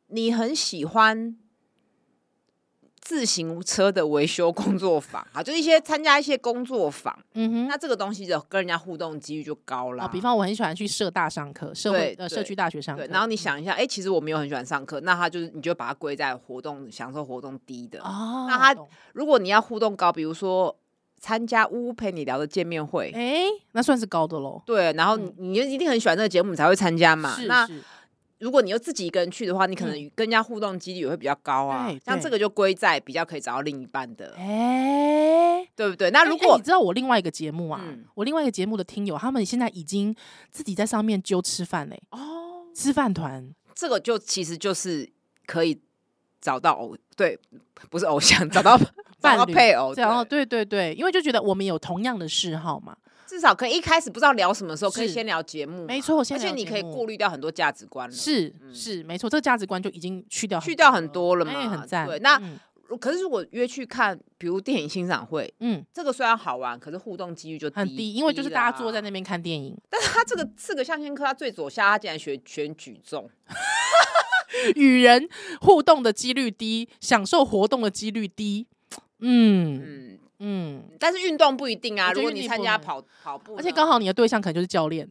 [SPEAKER 1] 你很喜欢自行车的维修工作坊啊，就一些参加一些工作坊，
[SPEAKER 2] 嗯哼。
[SPEAKER 1] 那这个东西的跟人家互动几率就高啦。
[SPEAKER 2] 哦，比方我很喜欢去社大上课，社会
[SPEAKER 1] 对
[SPEAKER 2] 呃
[SPEAKER 1] 对
[SPEAKER 2] 社区大学上课。
[SPEAKER 1] 对，然后你想一下，哎、其实我没有很喜欢上课，那他就是你就把它归在活动享受活动低的。
[SPEAKER 2] 哦，
[SPEAKER 1] 那他
[SPEAKER 2] 懂
[SPEAKER 1] 如果你要互动高，比如说参加呜呜陪你聊的见面会。
[SPEAKER 2] 哎，那算是高的喽。
[SPEAKER 1] 对，然后你
[SPEAKER 2] 嗯
[SPEAKER 1] 你就一定很喜欢这个节目，你才会参加嘛。
[SPEAKER 2] 是
[SPEAKER 1] 那
[SPEAKER 2] 是
[SPEAKER 1] 如果你又自己一个人去的话，你可能
[SPEAKER 2] 嗯
[SPEAKER 1] 与跟人家互动几率也会比较高啊
[SPEAKER 2] 对。
[SPEAKER 1] 像
[SPEAKER 2] 对
[SPEAKER 1] 这个就归在比较可以找到另一半的，
[SPEAKER 2] 哎，
[SPEAKER 1] 对不对？那
[SPEAKER 2] 哎
[SPEAKER 1] 啊如
[SPEAKER 2] 哎
[SPEAKER 1] 果
[SPEAKER 2] 你知道我另外一个节目啊，
[SPEAKER 1] 嗯
[SPEAKER 2] 我另外一个节目的听友，他们现在已经自己在上面揪吃饭嘞、
[SPEAKER 1] 哦，
[SPEAKER 2] 吃饭团，
[SPEAKER 1] 这个就其实就是可以找到偶对，不是偶像，找
[SPEAKER 2] [laughs]
[SPEAKER 1] 到找
[SPEAKER 2] 伴
[SPEAKER 1] 到
[SPEAKER 2] 侣
[SPEAKER 1] 配偶，
[SPEAKER 2] 这样哦，
[SPEAKER 1] 对，
[SPEAKER 2] 对对对，因为就觉得我们有同样的嗜好嘛，
[SPEAKER 1] 至少可以一开始不知道聊什么的时候，可以
[SPEAKER 2] 是
[SPEAKER 1] 先聊节目嘛，
[SPEAKER 2] 没错，现
[SPEAKER 1] 而
[SPEAKER 2] 在
[SPEAKER 1] 且
[SPEAKER 2] 有
[SPEAKER 1] 你
[SPEAKER 2] 节
[SPEAKER 1] 可以
[SPEAKER 2] 目
[SPEAKER 1] 过滤掉很多价值观了，
[SPEAKER 2] 是、
[SPEAKER 1] 嗯
[SPEAKER 2] 是没错，这个价值观就已经去掉
[SPEAKER 1] 去掉很
[SPEAKER 2] 了
[SPEAKER 1] 多了嘛，
[SPEAKER 2] 哎，很赞。
[SPEAKER 1] 对，那
[SPEAKER 2] 嗯
[SPEAKER 1] 如可是如果约去看，比如电影欣赏会，
[SPEAKER 2] 嗯
[SPEAKER 1] 这个虽然好玩，可是互动几率就
[SPEAKER 2] 很低，因为就是大家坐在
[SPEAKER 1] 那。
[SPEAKER 2] 那边嗯看电影，
[SPEAKER 1] 但是他这个四个象限课，他最左下他竟然学选举重，
[SPEAKER 2] 与人互动的几率低，享受活动的几率低。嗯
[SPEAKER 1] 嗯，
[SPEAKER 2] 嗯，
[SPEAKER 1] 但是运动不一定啊。
[SPEAKER 2] 我觉得
[SPEAKER 1] 如果
[SPEAKER 2] 运
[SPEAKER 1] 你
[SPEAKER 2] 动
[SPEAKER 1] 参
[SPEAKER 2] 不
[SPEAKER 1] 加
[SPEAKER 2] 能
[SPEAKER 1] 跑跑步呢，
[SPEAKER 2] 而
[SPEAKER 1] [laughs]
[SPEAKER 2] 且刚好你的对象可能就是教练，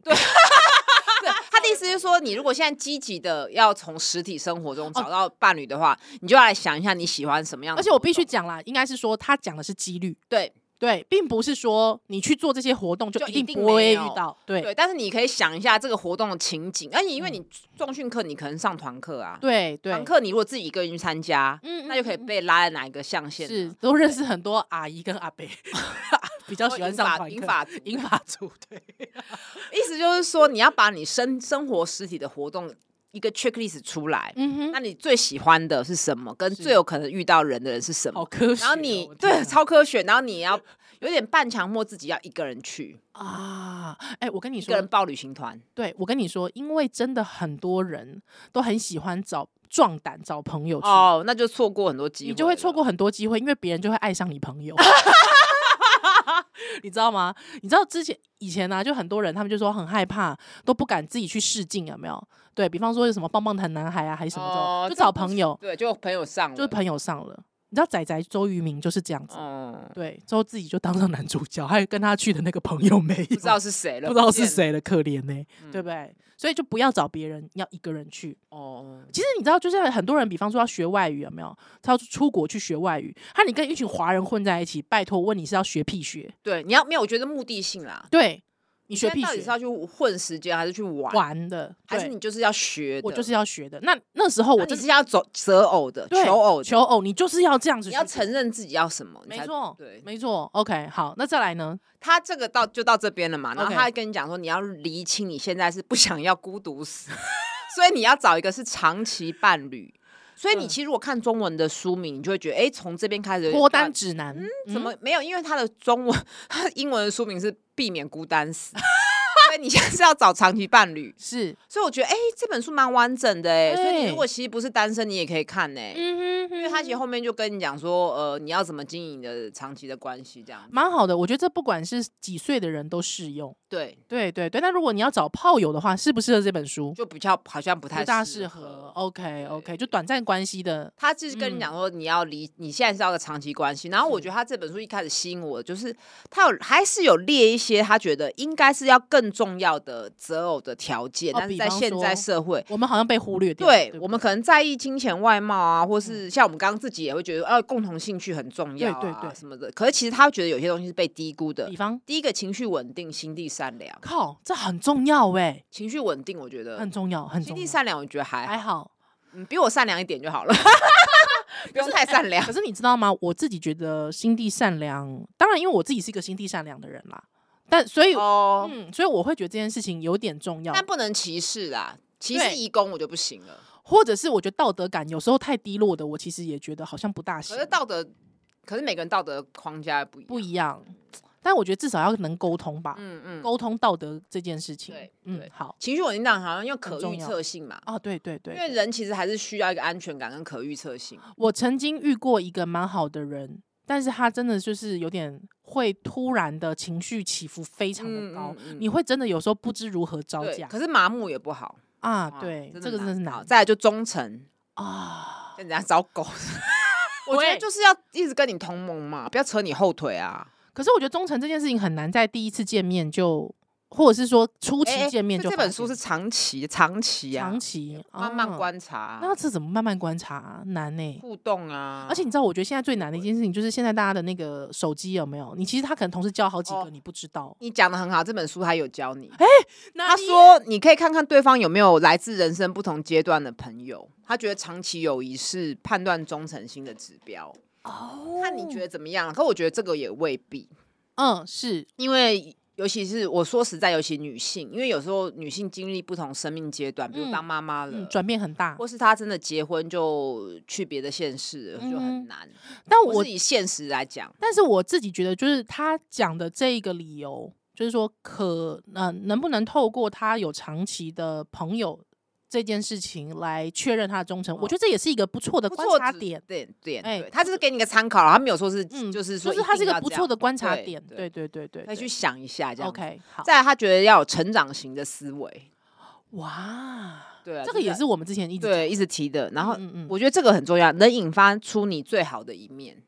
[SPEAKER 1] 对他的意思是说，你如果现在积极的要从实体生活中找到伴侣的话，你就要来想一下你喜欢什么样的
[SPEAKER 2] 哦而
[SPEAKER 1] 活
[SPEAKER 2] 且
[SPEAKER 1] 动。
[SPEAKER 2] 我必须讲啦，应该是说他讲的是几率，
[SPEAKER 1] 对
[SPEAKER 2] 对，并不是说你去做这些活动就
[SPEAKER 1] 就
[SPEAKER 2] 一
[SPEAKER 1] 一
[SPEAKER 2] 定
[SPEAKER 1] 定
[SPEAKER 2] 不会
[SPEAKER 1] 没
[SPEAKER 2] 遇
[SPEAKER 1] 有
[SPEAKER 2] 到，对
[SPEAKER 1] 对，但是你可以想一下这个活动的情景，而且因为你重训课，你可能上团课啊，
[SPEAKER 2] 嗯对对，
[SPEAKER 1] 团课你如果自己一个人去参加，
[SPEAKER 2] 嗯
[SPEAKER 1] 那就可以
[SPEAKER 2] 嗯嗯
[SPEAKER 1] 被拉在哪一个象限啊呢？
[SPEAKER 2] 是都认识很多阿姨跟阿伯， [laughs] 比较
[SPEAKER 1] 哦
[SPEAKER 2] 喜欢
[SPEAKER 1] 银
[SPEAKER 2] 上
[SPEAKER 1] 发
[SPEAKER 2] 团
[SPEAKER 1] 银
[SPEAKER 2] 课
[SPEAKER 1] 发族
[SPEAKER 2] 银发族，对，
[SPEAKER 1] 意思就是说，你要把你生生活实体的活动一个 checklist 出来，
[SPEAKER 2] 嗯
[SPEAKER 1] 那
[SPEAKER 2] 哼，
[SPEAKER 1] 你最喜欢的是什么，跟
[SPEAKER 2] 是
[SPEAKER 1] 最有可能遇到人的人是什
[SPEAKER 2] 好
[SPEAKER 1] 么？ [laughs]
[SPEAKER 2] 科学哦。
[SPEAKER 1] 然后你
[SPEAKER 2] 我天
[SPEAKER 1] 对
[SPEAKER 2] 哪
[SPEAKER 1] 超科学，然后你也要有点半强迫自己要一个人去，
[SPEAKER 2] 啊，哎，我跟你
[SPEAKER 1] 一个
[SPEAKER 2] 说
[SPEAKER 1] 人，报旅行团，
[SPEAKER 2] 对我跟你说，因为真的很多人都很喜欢找壮胆找朋友去。
[SPEAKER 1] 哦，那就错过很多机会，
[SPEAKER 2] 你就会错。过很多机会，因为别人就会爱上你
[SPEAKER 1] [laughs]
[SPEAKER 2] 朋友，你知道吗？你知道之前以前呢、啊，就很多人他们就说很害怕，都不敢自己去试镜，有没有？对比方说有什么棒棒糖男孩啊，还是什么这种，
[SPEAKER 1] 哦
[SPEAKER 2] 就
[SPEAKER 1] 这
[SPEAKER 2] 找
[SPEAKER 1] 不是
[SPEAKER 2] 朋友，
[SPEAKER 1] 对，就朋友上了，
[SPEAKER 2] 就是朋友上了。你知道仔仔周渝民就是这样子， [laughs]
[SPEAKER 1] 嗯，
[SPEAKER 2] 对，之后自己就当上男主角，还有跟他去的那个朋友没有，
[SPEAKER 1] 不知道是谁了，
[SPEAKER 2] 不知道是
[SPEAKER 1] 见了
[SPEAKER 2] 谁了，可怜呢、
[SPEAKER 1] 嗯
[SPEAKER 2] 对不对？所以就不要找别人，要一个人去。
[SPEAKER 1] 哦。
[SPEAKER 2] 其实你知道，就是很多人，比方说要学外语，有没有？他要出国去学外语，他你跟一群华人混在一起，拜托，问你是要学屁学？
[SPEAKER 1] 对，你要没有，我觉得目的性啦。
[SPEAKER 2] 对，你
[SPEAKER 1] 你
[SPEAKER 2] 学
[SPEAKER 1] 现在
[SPEAKER 2] 屁
[SPEAKER 1] 到底是
[SPEAKER 2] 学
[SPEAKER 1] 要去混时间，还是去玩，
[SPEAKER 2] 玩的，
[SPEAKER 1] 还是
[SPEAKER 2] 对
[SPEAKER 1] 你就是要学的？
[SPEAKER 2] 我就是要学的？那那时候
[SPEAKER 1] 那
[SPEAKER 2] 我
[SPEAKER 1] 你
[SPEAKER 2] 真
[SPEAKER 1] 是要走择偶的，
[SPEAKER 2] 对
[SPEAKER 1] 求偶的，
[SPEAKER 2] 求偶，你就是要这样子
[SPEAKER 1] 你
[SPEAKER 2] 去做，
[SPEAKER 1] 要承认自己要什么，你
[SPEAKER 2] 没
[SPEAKER 1] 才。
[SPEAKER 2] 错，
[SPEAKER 1] 对
[SPEAKER 2] 没错。OK，好，那再来呢？
[SPEAKER 1] 他这个到就到这边了嘛，然后
[SPEAKER 2] OK
[SPEAKER 1] 他还跟你讲说，你要厘清你现在是不想要孤独死，所以你要找一个是长期伴侣。所以你
[SPEAKER 2] 对
[SPEAKER 1] 其实如果看中文的书名，你就会觉得，哎，从这边开始有点
[SPEAKER 2] 嗯脱
[SPEAKER 1] 断
[SPEAKER 2] 单指南，
[SPEAKER 1] 怎
[SPEAKER 2] 嗯
[SPEAKER 1] 么没有？因为他的中文，他英文的书名是避免孤单死， [laughs] 所以你现在是要找长期伴侣。
[SPEAKER 2] 是？
[SPEAKER 1] 所以我觉得，哎、这本书蛮完整的哎、所以你
[SPEAKER 2] 对
[SPEAKER 1] 如果其实不是单身，你也可以看呢、
[SPEAKER 2] 嗯哼，因
[SPEAKER 1] 因为他其实后面就跟你讲说，呃，你要怎么经营你的长期的关系，这样
[SPEAKER 2] 蛮好的，我觉得这不管是几岁的人都适用。
[SPEAKER 1] 对，
[SPEAKER 2] 对对对，那如果你要找炮友的话，适不适合这本书？
[SPEAKER 1] 就比较好像不
[SPEAKER 2] 不
[SPEAKER 1] 太
[SPEAKER 2] 大
[SPEAKER 1] 适
[SPEAKER 2] 适合。。OK 嗯 OK，就短暂关系的
[SPEAKER 1] 他就是跟你讲说，你要离、你现在是要个长期关系。然后我觉得他这本书一开始吸引我，就是他有还是有列一些他觉得应该是要更重要的择偶的条件，
[SPEAKER 2] 哦
[SPEAKER 1] 但
[SPEAKER 2] 比
[SPEAKER 1] 是在
[SPEAKER 2] 方
[SPEAKER 1] 现在
[SPEAKER 2] 说
[SPEAKER 1] 社会，
[SPEAKER 2] 我们好像被忽略掉了。
[SPEAKER 1] 对
[SPEAKER 2] 不嗯
[SPEAKER 1] 我们可能在意金钱、外貌啊，或是像我们刚刚自己也会觉得，哦、共同兴趣很重要啊，
[SPEAKER 2] 对对
[SPEAKER 1] 什么的。可是其实他觉得有些东西是被低估的
[SPEAKER 2] 比。方，
[SPEAKER 1] 第一个情绪稳定，心地善良。
[SPEAKER 2] 靠，这很重要哎、
[SPEAKER 1] 情绪稳定，我觉得
[SPEAKER 2] 很重要，很
[SPEAKER 1] 心
[SPEAKER 2] 重
[SPEAKER 1] 地
[SPEAKER 2] 要。
[SPEAKER 1] 善良，我觉得还好
[SPEAKER 2] 还好，
[SPEAKER 1] 嗯比我善良一点就好了， [laughs] 不用太善良
[SPEAKER 2] 可。是你知道吗？我自己觉得心地善良，当然因为我自己是一个心地善良的人啦，但所
[SPEAKER 1] [laughs]
[SPEAKER 2] 以、
[SPEAKER 1] 哦，
[SPEAKER 2] 嗯，所以我会觉得这件事情有点重要，
[SPEAKER 1] 但不能歧视啦，歧视
[SPEAKER 2] 对
[SPEAKER 1] 义工我就不行了。
[SPEAKER 2] 或者是我觉得道德感有时候太低落的，我其实也觉得好像不大行
[SPEAKER 1] 可是，道德，可是每个人道德框架不一样。
[SPEAKER 2] 不一样。但我觉得至少要能沟通吧，
[SPEAKER 1] 嗯嗯，
[SPEAKER 2] 沟通道德这件事情
[SPEAKER 1] 对。
[SPEAKER 2] 嗯
[SPEAKER 1] 对，
[SPEAKER 2] 好
[SPEAKER 1] 情绪稳定档好像要可
[SPEAKER 2] 很重
[SPEAKER 1] 预
[SPEAKER 2] 要
[SPEAKER 1] 测性嘛，
[SPEAKER 2] 啊，对对对
[SPEAKER 1] 因，为人其实还是需要一个安全感跟可预测性。
[SPEAKER 2] 我曾经遇过一个蛮好的人，但是他真的就是有点会突然的情绪起伏非常的高，
[SPEAKER 1] 嗯嗯嗯
[SPEAKER 2] 你会真的有时候不知如何招
[SPEAKER 1] 对，
[SPEAKER 2] 架
[SPEAKER 1] 可是麻木也不好。
[SPEAKER 2] 啊！
[SPEAKER 1] 哇
[SPEAKER 2] 对，这个真的是
[SPEAKER 1] 好
[SPEAKER 2] 难
[SPEAKER 1] 再来就忠诚，
[SPEAKER 2] 啊！
[SPEAKER 1] 跟人家找 [laughs] 狗。我觉得
[SPEAKER 2] 喂
[SPEAKER 1] 就是要一直跟你同盟嘛，不要扯你后腿啊。
[SPEAKER 2] 可是我觉得忠诚这件事情很难在第一次见面就，或者是说初
[SPEAKER 1] 哎
[SPEAKER 2] 期
[SPEAKER 1] 哎
[SPEAKER 2] 见面
[SPEAKER 1] 这
[SPEAKER 2] 就
[SPEAKER 1] 这
[SPEAKER 2] 发
[SPEAKER 1] 本书是
[SPEAKER 2] 现
[SPEAKER 1] 长期长期啊
[SPEAKER 2] 长，期
[SPEAKER 1] 慢慢、
[SPEAKER 2] 啊
[SPEAKER 1] 观察啊、
[SPEAKER 2] 那这怎么慢慢观察啊、难呢、
[SPEAKER 1] 互动啊，
[SPEAKER 2] 而且你知道，我觉得现在最难的一件事情就是现在大家的那个手机有没有？你其实他可能同时叫好几
[SPEAKER 1] 哦
[SPEAKER 2] 个，你不知道。
[SPEAKER 1] 你讲的很好，这本书他有教你。
[SPEAKER 2] 他
[SPEAKER 1] 他说哎你可以看看对方有没有来自人生不同阶段的朋友。他觉得长期友谊是判断忠诚心的指标，
[SPEAKER 2] 哦
[SPEAKER 1] 看你觉得怎么样。可我觉得这个也未必，
[SPEAKER 2] 嗯是
[SPEAKER 1] 因为尤其是我说实在，尤其女性，因为有时候女性经历不同生命阶段，比如
[SPEAKER 2] 嗯
[SPEAKER 1] 当妈妈了。
[SPEAKER 2] 嗯转变很大，
[SPEAKER 1] 或是她真的结婚就去别的县市了，就
[SPEAKER 2] 嗯
[SPEAKER 1] 很
[SPEAKER 2] 哼
[SPEAKER 1] 难。
[SPEAKER 2] 但
[SPEAKER 1] 我
[SPEAKER 2] 我
[SPEAKER 1] 是以现实来讲，
[SPEAKER 2] 但是我自己觉得，就是他讲的这一个理由，就是说可呃能不能透过他有长期的朋友这件事情来确认他的忠诚，我觉得这也是一个不错的
[SPEAKER 1] 嗯不
[SPEAKER 2] 呃观
[SPEAKER 1] 错
[SPEAKER 2] 察
[SPEAKER 1] 指
[SPEAKER 2] 点。
[SPEAKER 1] 点点，
[SPEAKER 2] 哎
[SPEAKER 1] 对，他就是给你个参考啦，他没有说是，
[SPEAKER 2] 嗯，
[SPEAKER 1] 就是
[SPEAKER 2] 就
[SPEAKER 1] 说
[SPEAKER 2] 是它是
[SPEAKER 1] 定
[SPEAKER 2] 一个
[SPEAKER 1] 要
[SPEAKER 2] 不
[SPEAKER 1] 这样
[SPEAKER 2] 错的观察
[SPEAKER 1] 对
[SPEAKER 2] 点。对
[SPEAKER 1] 对
[SPEAKER 2] 对对对，
[SPEAKER 1] 可以去
[SPEAKER 2] 对
[SPEAKER 1] 想一下这样子。
[SPEAKER 2] OK 好。
[SPEAKER 1] 再来，他觉得要有成长型的思维，
[SPEAKER 2] 哇，
[SPEAKER 1] 对啊，
[SPEAKER 2] 这个也是我们之前一直
[SPEAKER 1] 对一直提的。然后
[SPEAKER 2] 嗯嗯嗯
[SPEAKER 1] 我觉得这个很重要，能引发出你最好的一面。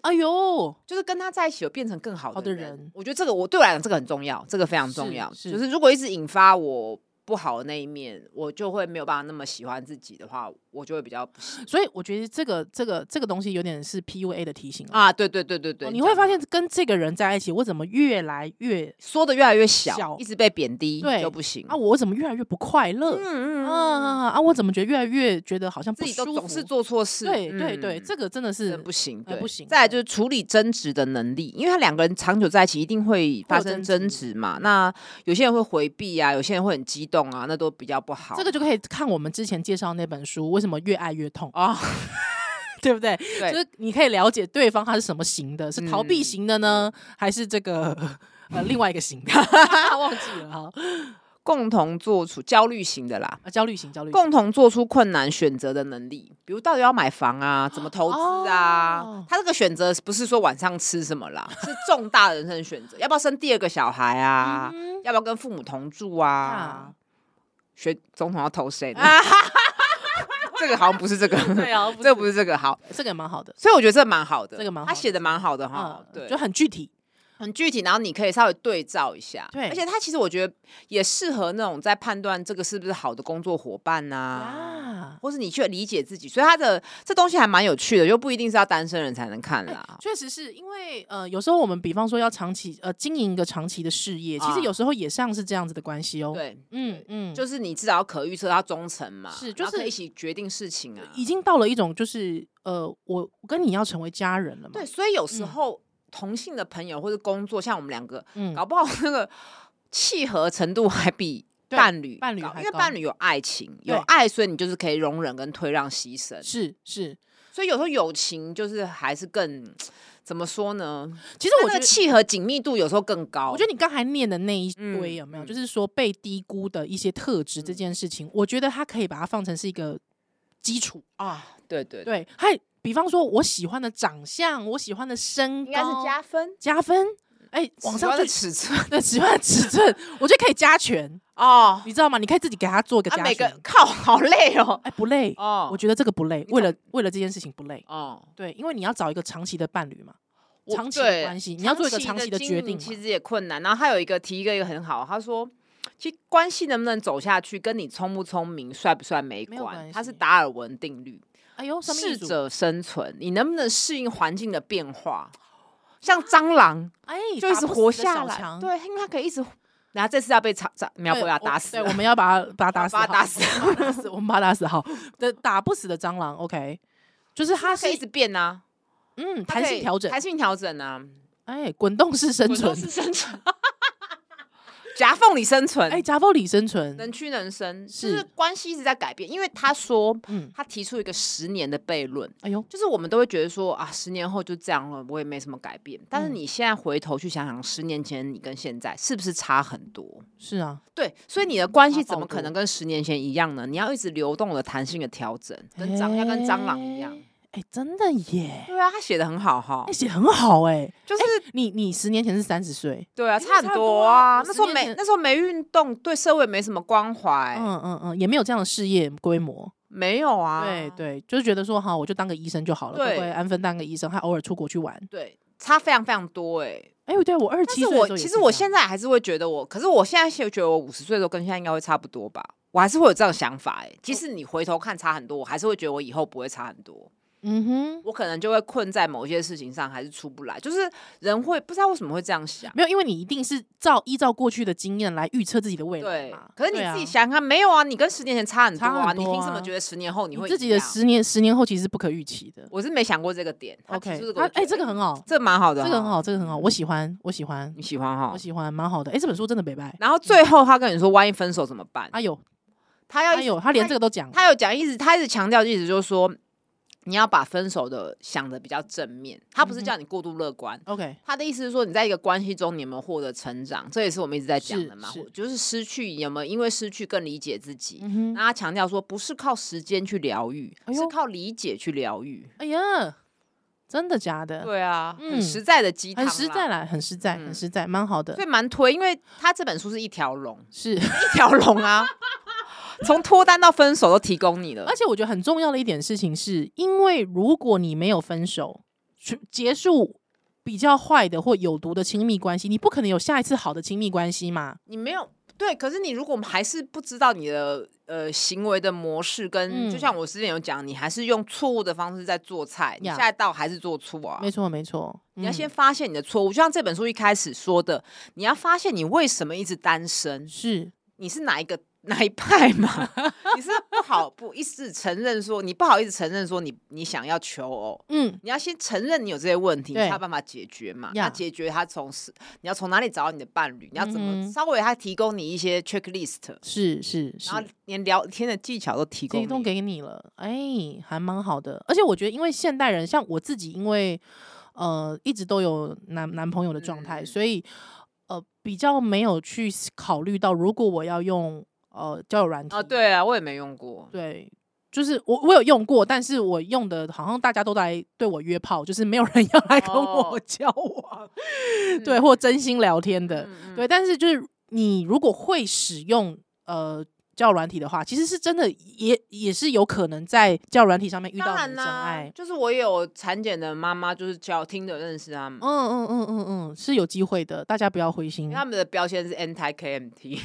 [SPEAKER 2] 哎呦，
[SPEAKER 1] 就是跟他在一起有变成更好
[SPEAKER 2] 好
[SPEAKER 1] 的
[SPEAKER 2] 的
[SPEAKER 1] 人。
[SPEAKER 2] 人
[SPEAKER 1] 我觉得这个我对我来讲这个很重要，这个非常重
[SPEAKER 2] 是
[SPEAKER 1] 要。
[SPEAKER 2] 是
[SPEAKER 1] 就是如果一直引发我不好的那一面，我就会没有办法那么喜欢自己的话，我就会比较不喜
[SPEAKER 2] 所以我觉得这个这个这个东西有点是 PUA 的提醒啊。
[SPEAKER 1] 啊，对对对对对，
[SPEAKER 2] 你会
[SPEAKER 1] 讲得
[SPEAKER 2] 发现跟这个人在一起，我怎么越来越
[SPEAKER 1] 缩的越来越小，
[SPEAKER 2] 小
[SPEAKER 1] 一直被贬低
[SPEAKER 2] 对
[SPEAKER 1] 就不行
[SPEAKER 2] 啊，。我怎么越来越不快乐？
[SPEAKER 1] 嗯
[SPEAKER 2] 啊啊啊！我怎么觉得越来越觉得好像不
[SPEAKER 1] 自己都
[SPEAKER 2] 舒
[SPEAKER 1] 总是
[SPEAKER 2] 服
[SPEAKER 1] 做错事，
[SPEAKER 2] 对对
[SPEAKER 1] 嗯
[SPEAKER 2] 对，这个真的是
[SPEAKER 1] 真不行，
[SPEAKER 2] 呃
[SPEAKER 1] 对，
[SPEAKER 2] 不行
[SPEAKER 1] 再来就是处理争执的能力，因为他两个人长久在一起，一定会发
[SPEAKER 2] 有
[SPEAKER 1] 生
[SPEAKER 2] 争
[SPEAKER 1] 争执嘛。那有些人会回避啊，有些人会很激动啊，那都比较不好。
[SPEAKER 2] 这个就可以看我们之前介绍那本书《为什么越爱越痛》
[SPEAKER 1] 啊，
[SPEAKER 2] [laughs] 对不对？
[SPEAKER 1] 对嗯
[SPEAKER 2] 就是你可以了解对方他是什么型的，是逃避型的呢，还是这个呃另外一个型的？ [laughs] 忘记了哈、
[SPEAKER 1] 共同做出焦虑型的啦。
[SPEAKER 2] 啊，焦虑型，焦虑型。
[SPEAKER 1] 共同做出困难选择的能力，比如到底要买房啊，怎么投资啊？
[SPEAKER 2] 哦
[SPEAKER 1] 他这个选择不是说晚上吃什么啦，是重大的人生选择，要不要生第二个小孩啊？
[SPEAKER 2] 嗯
[SPEAKER 1] 要不要跟父母同住啊？
[SPEAKER 2] [laughs] 啊
[SPEAKER 1] 选总统要投谁呢？
[SPEAKER 2] [laughs]
[SPEAKER 1] 这个好像不是这个，
[SPEAKER 2] 对啊，
[SPEAKER 1] [laughs] 这个不是这个好，
[SPEAKER 2] 这个也蛮好的，
[SPEAKER 1] 所以我觉得这蛮好的，
[SPEAKER 2] 这个蛮好
[SPEAKER 1] 他
[SPEAKER 2] 的
[SPEAKER 1] 写的蛮好的哈
[SPEAKER 2] 啊，，
[SPEAKER 1] 对，
[SPEAKER 2] 就很具体，
[SPEAKER 1] 很具体，然后你可以稍微对照一下，
[SPEAKER 2] 对
[SPEAKER 1] 而且他其实我觉得也适合那种在判断这个是不是好的工作伙伴呐、
[SPEAKER 2] 啊，
[SPEAKER 1] 或是你去理解自己，所以他的这东西还蛮有趣的，又不一定是要单身人才能看啦。
[SPEAKER 2] 哎确实是因为呃，有时候我们比方说要长期呃经营一个长期的事业，其
[SPEAKER 1] 啊
[SPEAKER 2] 实有时候也像是这样子的关系哦。，
[SPEAKER 1] 对，
[SPEAKER 2] 嗯嗯，
[SPEAKER 1] 就是你至少要可预测，要忠诚嘛，
[SPEAKER 2] 是就
[SPEAKER 1] 然后可以
[SPEAKER 2] 是
[SPEAKER 1] 一起决定事情啊。
[SPEAKER 2] 已经到了一种就是呃，我我跟你要成为家人了嘛。
[SPEAKER 1] 对，，所以有时
[SPEAKER 2] 嗯
[SPEAKER 1] 候、同性的朋友或者工作，像我们两个，
[SPEAKER 2] 嗯，
[SPEAKER 1] 搞不好那个契合程度还比
[SPEAKER 2] 对
[SPEAKER 1] 伴侣
[SPEAKER 2] 伴侣
[SPEAKER 1] 高
[SPEAKER 2] 还
[SPEAKER 1] 因为
[SPEAKER 2] 高
[SPEAKER 1] 伴侣有爱情，有
[SPEAKER 2] 对
[SPEAKER 1] 爱，所以你就是可以容忍跟退让、牺牲。
[SPEAKER 2] 是是，
[SPEAKER 1] 所以有时候友情就是还是更怎么说呢？
[SPEAKER 2] 其实
[SPEAKER 1] 它
[SPEAKER 2] 我
[SPEAKER 1] 那
[SPEAKER 2] 觉
[SPEAKER 1] 个
[SPEAKER 2] 得。
[SPEAKER 1] 契合紧密度有时候更高。
[SPEAKER 2] 我觉得你刚才念的那一堆
[SPEAKER 1] 嗯
[SPEAKER 2] 有没有，
[SPEAKER 1] 嗯
[SPEAKER 2] 就是说被低估的一些特质这件事情，我觉得它可以把它放成是一个基础。
[SPEAKER 1] 啊，对对，
[SPEAKER 2] 对，还比方说我喜欢的长相，我喜欢的身高，
[SPEAKER 1] 应该是加分。
[SPEAKER 2] 加分。哎，往
[SPEAKER 1] 喜
[SPEAKER 2] 上
[SPEAKER 1] 欢的
[SPEAKER 2] 就
[SPEAKER 1] 尺寸
[SPEAKER 2] 对喜欢的尺寸，我觉得可以加权，
[SPEAKER 1] [laughs] 哦，
[SPEAKER 2] 你知道吗？你可以自己给他做一个
[SPEAKER 1] 啊，
[SPEAKER 2] 加
[SPEAKER 1] 每
[SPEAKER 2] 权。
[SPEAKER 1] 个靠，好累哦。
[SPEAKER 2] 哎，不累，
[SPEAKER 1] 哦，
[SPEAKER 2] 我觉得这个不累。为了为了这件事情不累，
[SPEAKER 1] 哦，
[SPEAKER 2] 对，因为你要找一个长期的伴侣嘛，
[SPEAKER 1] 我
[SPEAKER 2] 长期的
[SPEAKER 1] 对
[SPEAKER 2] 关系，你要做一个长期的
[SPEAKER 1] 经
[SPEAKER 2] 决
[SPEAKER 1] 营
[SPEAKER 2] 定嘛。
[SPEAKER 1] 其实也困难。然后他有一个提一个一个很好，他说。其实关系能不能走下去，跟你聪不聪明、帅不帅没
[SPEAKER 2] 没有
[SPEAKER 1] 关，
[SPEAKER 2] 关
[SPEAKER 1] 它是
[SPEAKER 2] 系
[SPEAKER 1] 达尔文定律，
[SPEAKER 2] 哎呦，什么意
[SPEAKER 1] 适
[SPEAKER 2] 思
[SPEAKER 1] 者生存。你能不能适应环境的变化？像蟑螂，
[SPEAKER 2] 哎，
[SPEAKER 1] 就一
[SPEAKER 2] 打
[SPEAKER 1] 直
[SPEAKER 2] 不
[SPEAKER 1] 活
[SPEAKER 2] 死的
[SPEAKER 1] 下
[SPEAKER 2] 小
[SPEAKER 1] 来。
[SPEAKER 2] 强
[SPEAKER 1] 对，因为他可以一直活，然后这次要被查查苗博
[SPEAKER 2] 对
[SPEAKER 1] 雅
[SPEAKER 2] 我
[SPEAKER 1] 打死
[SPEAKER 2] 对，
[SPEAKER 1] 了，
[SPEAKER 2] 我们要把它把它打死，
[SPEAKER 1] [laughs] 把它打
[SPEAKER 2] 好我们把它打死，我们把它打死。好， [laughs] 的打不死的蟑螂，OK，就是
[SPEAKER 1] 他
[SPEAKER 2] 它
[SPEAKER 1] 可
[SPEAKER 2] 是
[SPEAKER 1] 以一直变啊，
[SPEAKER 2] 嗯
[SPEAKER 1] 它
[SPEAKER 2] 弹
[SPEAKER 1] 可
[SPEAKER 2] 性
[SPEAKER 1] 以
[SPEAKER 2] 调整，
[SPEAKER 1] 弹性调整啊，
[SPEAKER 2] 哎，滚动式生
[SPEAKER 1] 滚
[SPEAKER 2] 存
[SPEAKER 1] 动，式生存，夹缝里生存，
[SPEAKER 2] 哎，夹缝里生存，
[SPEAKER 1] 能屈能伸，就是
[SPEAKER 2] 是
[SPEAKER 1] 关系一直在改变。因为他说，
[SPEAKER 2] 嗯，
[SPEAKER 1] 他提出一个十年的悖论。
[SPEAKER 2] 哎呦，
[SPEAKER 1] 就是我们都会觉得说啊，十年后就这样了，我也没什么改变。但是
[SPEAKER 2] 嗯
[SPEAKER 1] 你现在回头去想想，十年前你跟现在是不是差很多？
[SPEAKER 2] 是啊，
[SPEAKER 1] 对，所以你的关系
[SPEAKER 2] 差
[SPEAKER 1] 怎
[SPEAKER 2] 爆
[SPEAKER 1] 么可
[SPEAKER 2] 多
[SPEAKER 1] 能跟十年前一样呢？你要一直流动的、弹性的调整，跟蟑要跟蟑螂一样。
[SPEAKER 2] 哎，哎，真的耶，
[SPEAKER 1] 对啊，他写的很好哈
[SPEAKER 2] 哎，，写很好哎，
[SPEAKER 1] 就是
[SPEAKER 2] 你你十年前是三十岁，
[SPEAKER 1] 对啊，
[SPEAKER 2] 其实
[SPEAKER 1] 差
[SPEAKER 2] 差
[SPEAKER 1] 很
[SPEAKER 2] 不
[SPEAKER 1] 多
[SPEAKER 2] 多啊
[SPEAKER 1] 啊。
[SPEAKER 2] 我
[SPEAKER 1] 那
[SPEAKER 2] 十
[SPEAKER 1] 时候
[SPEAKER 2] 年
[SPEAKER 1] 没
[SPEAKER 2] 前
[SPEAKER 1] 那时候没运动，对社会没什么关怀，
[SPEAKER 2] 嗯嗯嗯，也没有这样的事业规模，
[SPEAKER 1] 没有啊。
[SPEAKER 2] 对对，就是觉得说哈，我就当个医生就好了，
[SPEAKER 1] 对
[SPEAKER 2] 乖乖安分当个医生，还偶尔出国去玩。
[SPEAKER 1] 对，差非常非常多哎、
[SPEAKER 2] 哎，对我二十
[SPEAKER 1] 但
[SPEAKER 2] 七
[SPEAKER 1] 是
[SPEAKER 2] 岁的时候
[SPEAKER 1] 我
[SPEAKER 2] 也
[SPEAKER 1] 其
[SPEAKER 2] 是
[SPEAKER 1] 实我
[SPEAKER 2] 这样
[SPEAKER 1] 现在还是会觉得我，可是我现在现在觉得我五十岁的时候跟现在应该会差不多吧，我还是会有这样的想法哎、
[SPEAKER 2] 哦
[SPEAKER 1] 即使你回头看差很多，我还是会觉得我以后不会差很多。
[SPEAKER 2] 嗯哼。
[SPEAKER 1] 我可能就会困在某些事情上，还是出不来。就是人会不知道为什么会这样想，
[SPEAKER 2] 没有，因为你一定是照依照过去的经验来预测自己的未来
[SPEAKER 1] 对
[SPEAKER 2] 嘛。。
[SPEAKER 1] 可是你
[SPEAKER 2] 对啊
[SPEAKER 1] 自己想想看，没有啊，你跟十年前差很多
[SPEAKER 2] 差
[SPEAKER 1] 啊，
[SPEAKER 2] 很
[SPEAKER 1] 你
[SPEAKER 2] 多
[SPEAKER 1] 凭什么
[SPEAKER 2] 啊
[SPEAKER 1] 觉得十年后你
[SPEAKER 2] 你
[SPEAKER 1] 会
[SPEAKER 2] 自己
[SPEAKER 1] 一
[SPEAKER 2] 的
[SPEAKER 1] 样
[SPEAKER 2] 十年十年后其实是不可预期的。
[SPEAKER 1] 我是没想过这个点。他提
[SPEAKER 2] OK，
[SPEAKER 1] 出这个
[SPEAKER 2] 啊
[SPEAKER 1] 我觉
[SPEAKER 2] 哎、
[SPEAKER 1] 得
[SPEAKER 2] 这个很好，
[SPEAKER 1] 这蛮好的
[SPEAKER 2] 这
[SPEAKER 1] 哈，
[SPEAKER 2] 个很好，这个很好，我喜欢，我喜欢，
[SPEAKER 1] 你喜欢哈
[SPEAKER 2] 我？喜嗯欢，蛮好的。哎、这本书真的北拜。
[SPEAKER 1] 然后最后他跟你说，万一分手怎么办？
[SPEAKER 2] 哎呦，
[SPEAKER 1] 他要
[SPEAKER 2] 哎
[SPEAKER 1] 一直
[SPEAKER 2] 呦，他连这个都讲了。
[SPEAKER 1] 他有讲，一直他一直强调，一直就是说你要把分手的想的比较正面，他不是
[SPEAKER 2] 嗯哼
[SPEAKER 1] 叫你过度乐观，
[SPEAKER 2] OK，
[SPEAKER 1] 他的意思是说，你在一个关系中，你有没有获得成长？这也是我们一直在讲的嘛，
[SPEAKER 2] 是是
[SPEAKER 1] 或就是失去有没有因为失去更理解自己？
[SPEAKER 2] 嗯哼，
[SPEAKER 1] 那他强调说，不是靠时间去疗愈，
[SPEAKER 2] 哎呦
[SPEAKER 1] 是靠理解去疗愈。
[SPEAKER 2] 哎呀，真的假的？
[SPEAKER 1] 对啊，
[SPEAKER 2] 嗯
[SPEAKER 1] 很实在的鸡汤，
[SPEAKER 2] 很实在，啦，很实在，
[SPEAKER 1] 嗯
[SPEAKER 2] 很实在，蛮好的
[SPEAKER 1] 所。以蛮推，因为他这本书是一条龙，
[SPEAKER 2] 是， [laughs]
[SPEAKER 1] 一条龙啊， [laughs] 从脱单到分手都提供你了
[SPEAKER 2] 而。且我觉得很重要的一点事情是，因为如果你没有分手，去结束比较坏的或有毒的亲密关系，你不可能有下一次好的亲密关系嘛？
[SPEAKER 1] 你没有对，可是你如果还是不知道你的呃行为的模式跟，就
[SPEAKER 2] 嗯
[SPEAKER 1] 像我之前有讲，你还是用错误的方式在做菜，你
[SPEAKER 2] 呀
[SPEAKER 1] 下一道还是做错啊。
[SPEAKER 2] 没错，没错，
[SPEAKER 1] 你要
[SPEAKER 2] 嗯
[SPEAKER 1] 先发现你的错误，就像这本书一开始说的，你要发现你为什么一直单身，
[SPEAKER 2] 嗯是
[SPEAKER 1] 你是哪一个哪一派嘛？ [laughs] 你是不好不一直承认说，你不好意思承认说你你想要求偶，
[SPEAKER 2] 嗯
[SPEAKER 1] 你要先承认你有这些问题，你
[SPEAKER 2] 对
[SPEAKER 1] 才有办法解决嘛。
[SPEAKER 2] 呀
[SPEAKER 1] 那解决它从是你要从哪里找到你的伴侣，你要怎
[SPEAKER 2] 嗯
[SPEAKER 1] 么
[SPEAKER 2] 哼
[SPEAKER 1] 稍微他提供你一些 checklist，
[SPEAKER 2] 是是是
[SPEAKER 1] 然，后连聊天的技巧都提供
[SPEAKER 2] 提
[SPEAKER 1] 你。
[SPEAKER 2] 供给你了，哎，还蛮好的。而且我觉得，因为现代人像我自己，因为呃一直都有男男朋友的状态，
[SPEAKER 1] 嗯
[SPEAKER 2] 所以呃比较没有去思考虑到，如果我要用呃交友软体，
[SPEAKER 1] 啊，对啊，我也没用过。
[SPEAKER 2] 对。就是我我有用过，但是我用的好像大家都来对我约炮，就是没有人 [laughs] 要来跟我
[SPEAKER 1] 哦
[SPEAKER 2] 交往，对，或真心聊天的，
[SPEAKER 1] 嗯
[SPEAKER 2] 对，，但是就是你如果会使用呃交友软体的话，其实是真的也也是有可能在交友软体上面
[SPEAKER 1] 嗯
[SPEAKER 2] 遇到
[SPEAKER 1] 当
[SPEAKER 2] 你
[SPEAKER 1] 然
[SPEAKER 2] 的真
[SPEAKER 1] 啦
[SPEAKER 2] 爱，。
[SPEAKER 1] 就是我也有产检的妈妈，就是教听的认识他们。
[SPEAKER 2] 嗯嗯嗯嗯嗯，是有机会的，大家不要灰
[SPEAKER 1] 因
[SPEAKER 2] 心
[SPEAKER 1] 为。他们的标签是 anti KMT，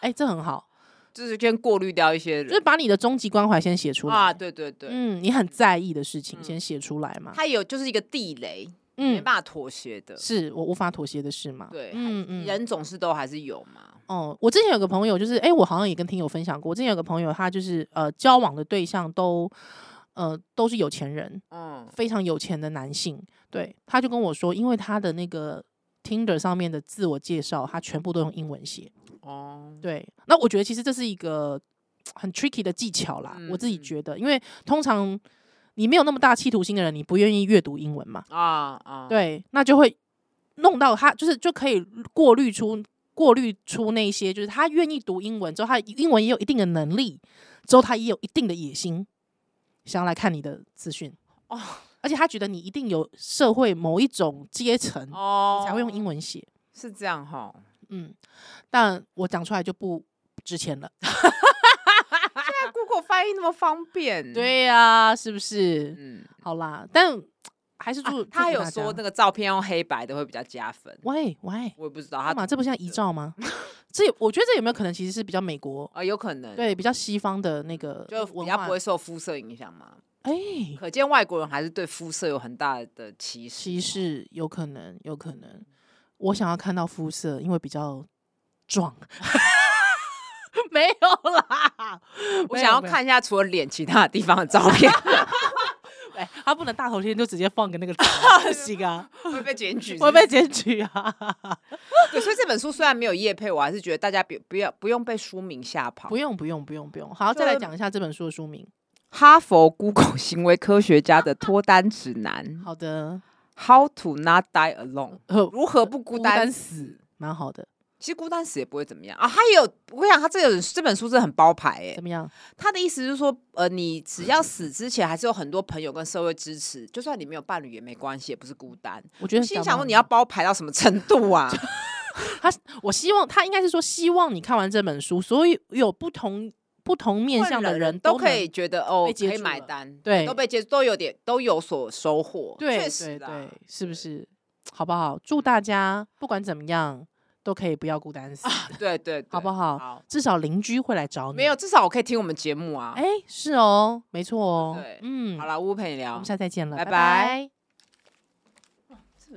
[SPEAKER 2] 哎，这很好，
[SPEAKER 1] [laughs] 就是先过滤掉一些
[SPEAKER 2] 就是
[SPEAKER 1] 人
[SPEAKER 2] 把你的终极关怀先写出来。
[SPEAKER 1] 啊，对对对，
[SPEAKER 2] 嗯，你很在意的事情
[SPEAKER 1] 嗯
[SPEAKER 2] 先写出来嘛。
[SPEAKER 1] 他有就是一个地雷，没
[SPEAKER 2] 嗯，
[SPEAKER 1] 办法妥协的，
[SPEAKER 2] 是我无法妥协的事嘛。
[SPEAKER 1] 对
[SPEAKER 2] 嗯嗯。
[SPEAKER 1] 人总是都还是有嘛。
[SPEAKER 2] 哦，我之前有个朋友，就是哎、诶我好像也跟听友分享过，我之前有个朋友，他就是呃，交往的对象都呃都是有钱人，
[SPEAKER 1] 嗯，
[SPEAKER 2] 非常有钱的男性，对，他就跟我说，因为他的那个 Tinder 上面的自我介绍，他全部都用英文写。
[SPEAKER 1] 哦，
[SPEAKER 2] 对，那我觉得其实这是一个很 tricky 的技巧啦，我自己
[SPEAKER 1] 嗯嗯
[SPEAKER 2] 觉得，因为通常你没有那么大企图心的人，你不愿意阅读英文嘛，
[SPEAKER 1] 啊啊，
[SPEAKER 2] 对，那就会弄到他，就是就可以过滤出。过滤出那些就是他愿意读英文之后，他英文也有一定的能力，之后他也有一定的野心，想要来看你的资讯。
[SPEAKER 1] 哦
[SPEAKER 2] 而且他觉得你一定有社会某一种阶层，你
[SPEAKER 1] 哦，
[SPEAKER 2] 才会用英文写。
[SPEAKER 1] 是这样哈。
[SPEAKER 2] 嗯，但我讲出来就不不值钱了。
[SPEAKER 1] 那 Google 翻译那么方便，，
[SPEAKER 2] 对呀、是不是？
[SPEAKER 1] 嗯，
[SPEAKER 2] 好啦，但还是
[SPEAKER 1] 啊
[SPEAKER 2] 祝、
[SPEAKER 1] 他还有说那
[SPEAKER 2] 的，
[SPEAKER 1] 个照片用黑白的会比较加分，
[SPEAKER 2] 喂喂，
[SPEAKER 1] 我也不知道
[SPEAKER 2] 干
[SPEAKER 1] 他
[SPEAKER 2] 嘛？这不像遗照
[SPEAKER 1] [laughs]
[SPEAKER 2] 吗？这有我觉得这有没有可能其实是比较美国，
[SPEAKER 1] 啊，有可能
[SPEAKER 2] 对，比较西方的那个
[SPEAKER 1] 就比
[SPEAKER 2] 文
[SPEAKER 1] 较
[SPEAKER 2] 化
[SPEAKER 1] 不会受肤色影响嘛。
[SPEAKER 2] 哎。
[SPEAKER 1] 可见外国人还是对肤色有很大的歧视。
[SPEAKER 2] 歧视有可能，有可
[SPEAKER 1] 嗯
[SPEAKER 2] 能。我想要看到肤色，因为比较
[SPEAKER 1] [laughs]
[SPEAKER 2] 壮。没有啦，
[SPEAKER 1] [laughs] 我
[SPEAKER 2] 没
[SPEAKER 1] 想
[SPEAKER 2] 有
[SPEAKER 1] 要
[SPEAKER 2] 没有
[SPEAKER 1] 看一下除了脸其他的地方的照片，
[SPEAKER 2] 哎、他不能大头贴就直接放个
[SPEAKER 1] [laughs]
[SPEAKER 2] 那个照啊，不行啊，
[SPEAKER 1] 会被检举是不
[SPEAKER 2] 会
[SPEAKER 1] 是。
[SPEAKER 2] 被检举
[SPEAKER 1] [laughs]
[SPEAKER 2] 啊！
[SPEAKER 1] 对所以这本书虽然没有叶配，我还是觉得大家不不要不用被书名吓跑
[SPEAKER 2] 不。用，不用，不用，不用。好，再来讲一下这本书的书名。
[SPEAKER 1] 哈佛 Google 行为科学家的脱单指南
[SPEAKER 2] 好的，
[SPEAKER 1] ：How to not die alone。
[SPEAKER 2] 呃
[SPEAKER 1] 如何不孤
[SPEAKER 2] 孤
[SPEAKER 1] 单
[SPEAKER 2] 单
[SPEAKER 1] 死？
[SPEAKER 2] 蛮好的，
[SPEAKER 1] 其实孤单死也不会怎么样啊。他也有，我跟你讲，他这个这本书真的很包牌哎、
[SPEAKER 2] 怎么样？
[SPEAKER 1] 他的意思是说，呃，你只要死之前还是有很多朋友跟社会支持，就算你没有伴侣也没关系，也不是孤单。
[SPEAKER 2] 我觉得
[SPEAKER 1] 心
[SPEAKER 2] 讲
[SPEAKER 1] 想
[SPEAKER 2] 得
[SPEAKER 1] 说，
[SPEAKER 2] 很
[SPEAKER 1] 你要
[SPEAKER 2] 好，
[SPEAKER 1] 包牌到什么程度
[SPEAKER 2] [laughs]
[SPEAKER 1] 啊？
[SPEAKER 2] 我希望他应该是说，希望你看完这本书，所以有不同不同面向的
[SPEAKER 1] 困
[SPEAKER 2] 人
[SPEAKER 1] 都可
[SPEAKER 2] 能
[SPEAKER 1] 以。觉得哦
[SPEAKER 2] 被，接
[SPEAKER 1] 可以
[SPEAKER 2] 住
[SPEAKER 1] 买
[SPEAKER 2] 了
[SPEAKER 1] 单，
[SPEAKER 2] 对
[SPEAKER 1] 都被接，都有点都有所收获。
[SPEAKER 2] 对
[SPEAKER 1] 确
[SPEAKER 2] 对
[SPEAKER 1] 实啊
[SPEAKER 2] 对，，是不是？好不好？祝大家不管怎么样，都可以不要孤单死，
[SPEAKER 1] 对对，
[SPEAKER 2] 好不
[SPEAKER 1] 好？
[SPEAKER 2] 好？
[SPEAKER 1] 好，
[SPEAKER 2] 至少邻居会来找
[SPEAKER 1] 啊
[SPEAKER 2] 你。
[SPEAKER 1] 没有，，至少我可以听我们节目啊
[SPEAKER 2] 哎。，是哦，没错哦
[SPEAKER 1] 对。
[SPEAKER 2] 嗯，
[SPEAKER 1] 好了，乌陪你
[SPEAKER 2] 我
[SPEAKER 1] 聊
[SPEAKER 2] 们。下次再见了，
[SPEAKER 1] 拜
[SPEAKER 2] 拜
[SPEAKER 1] 拜。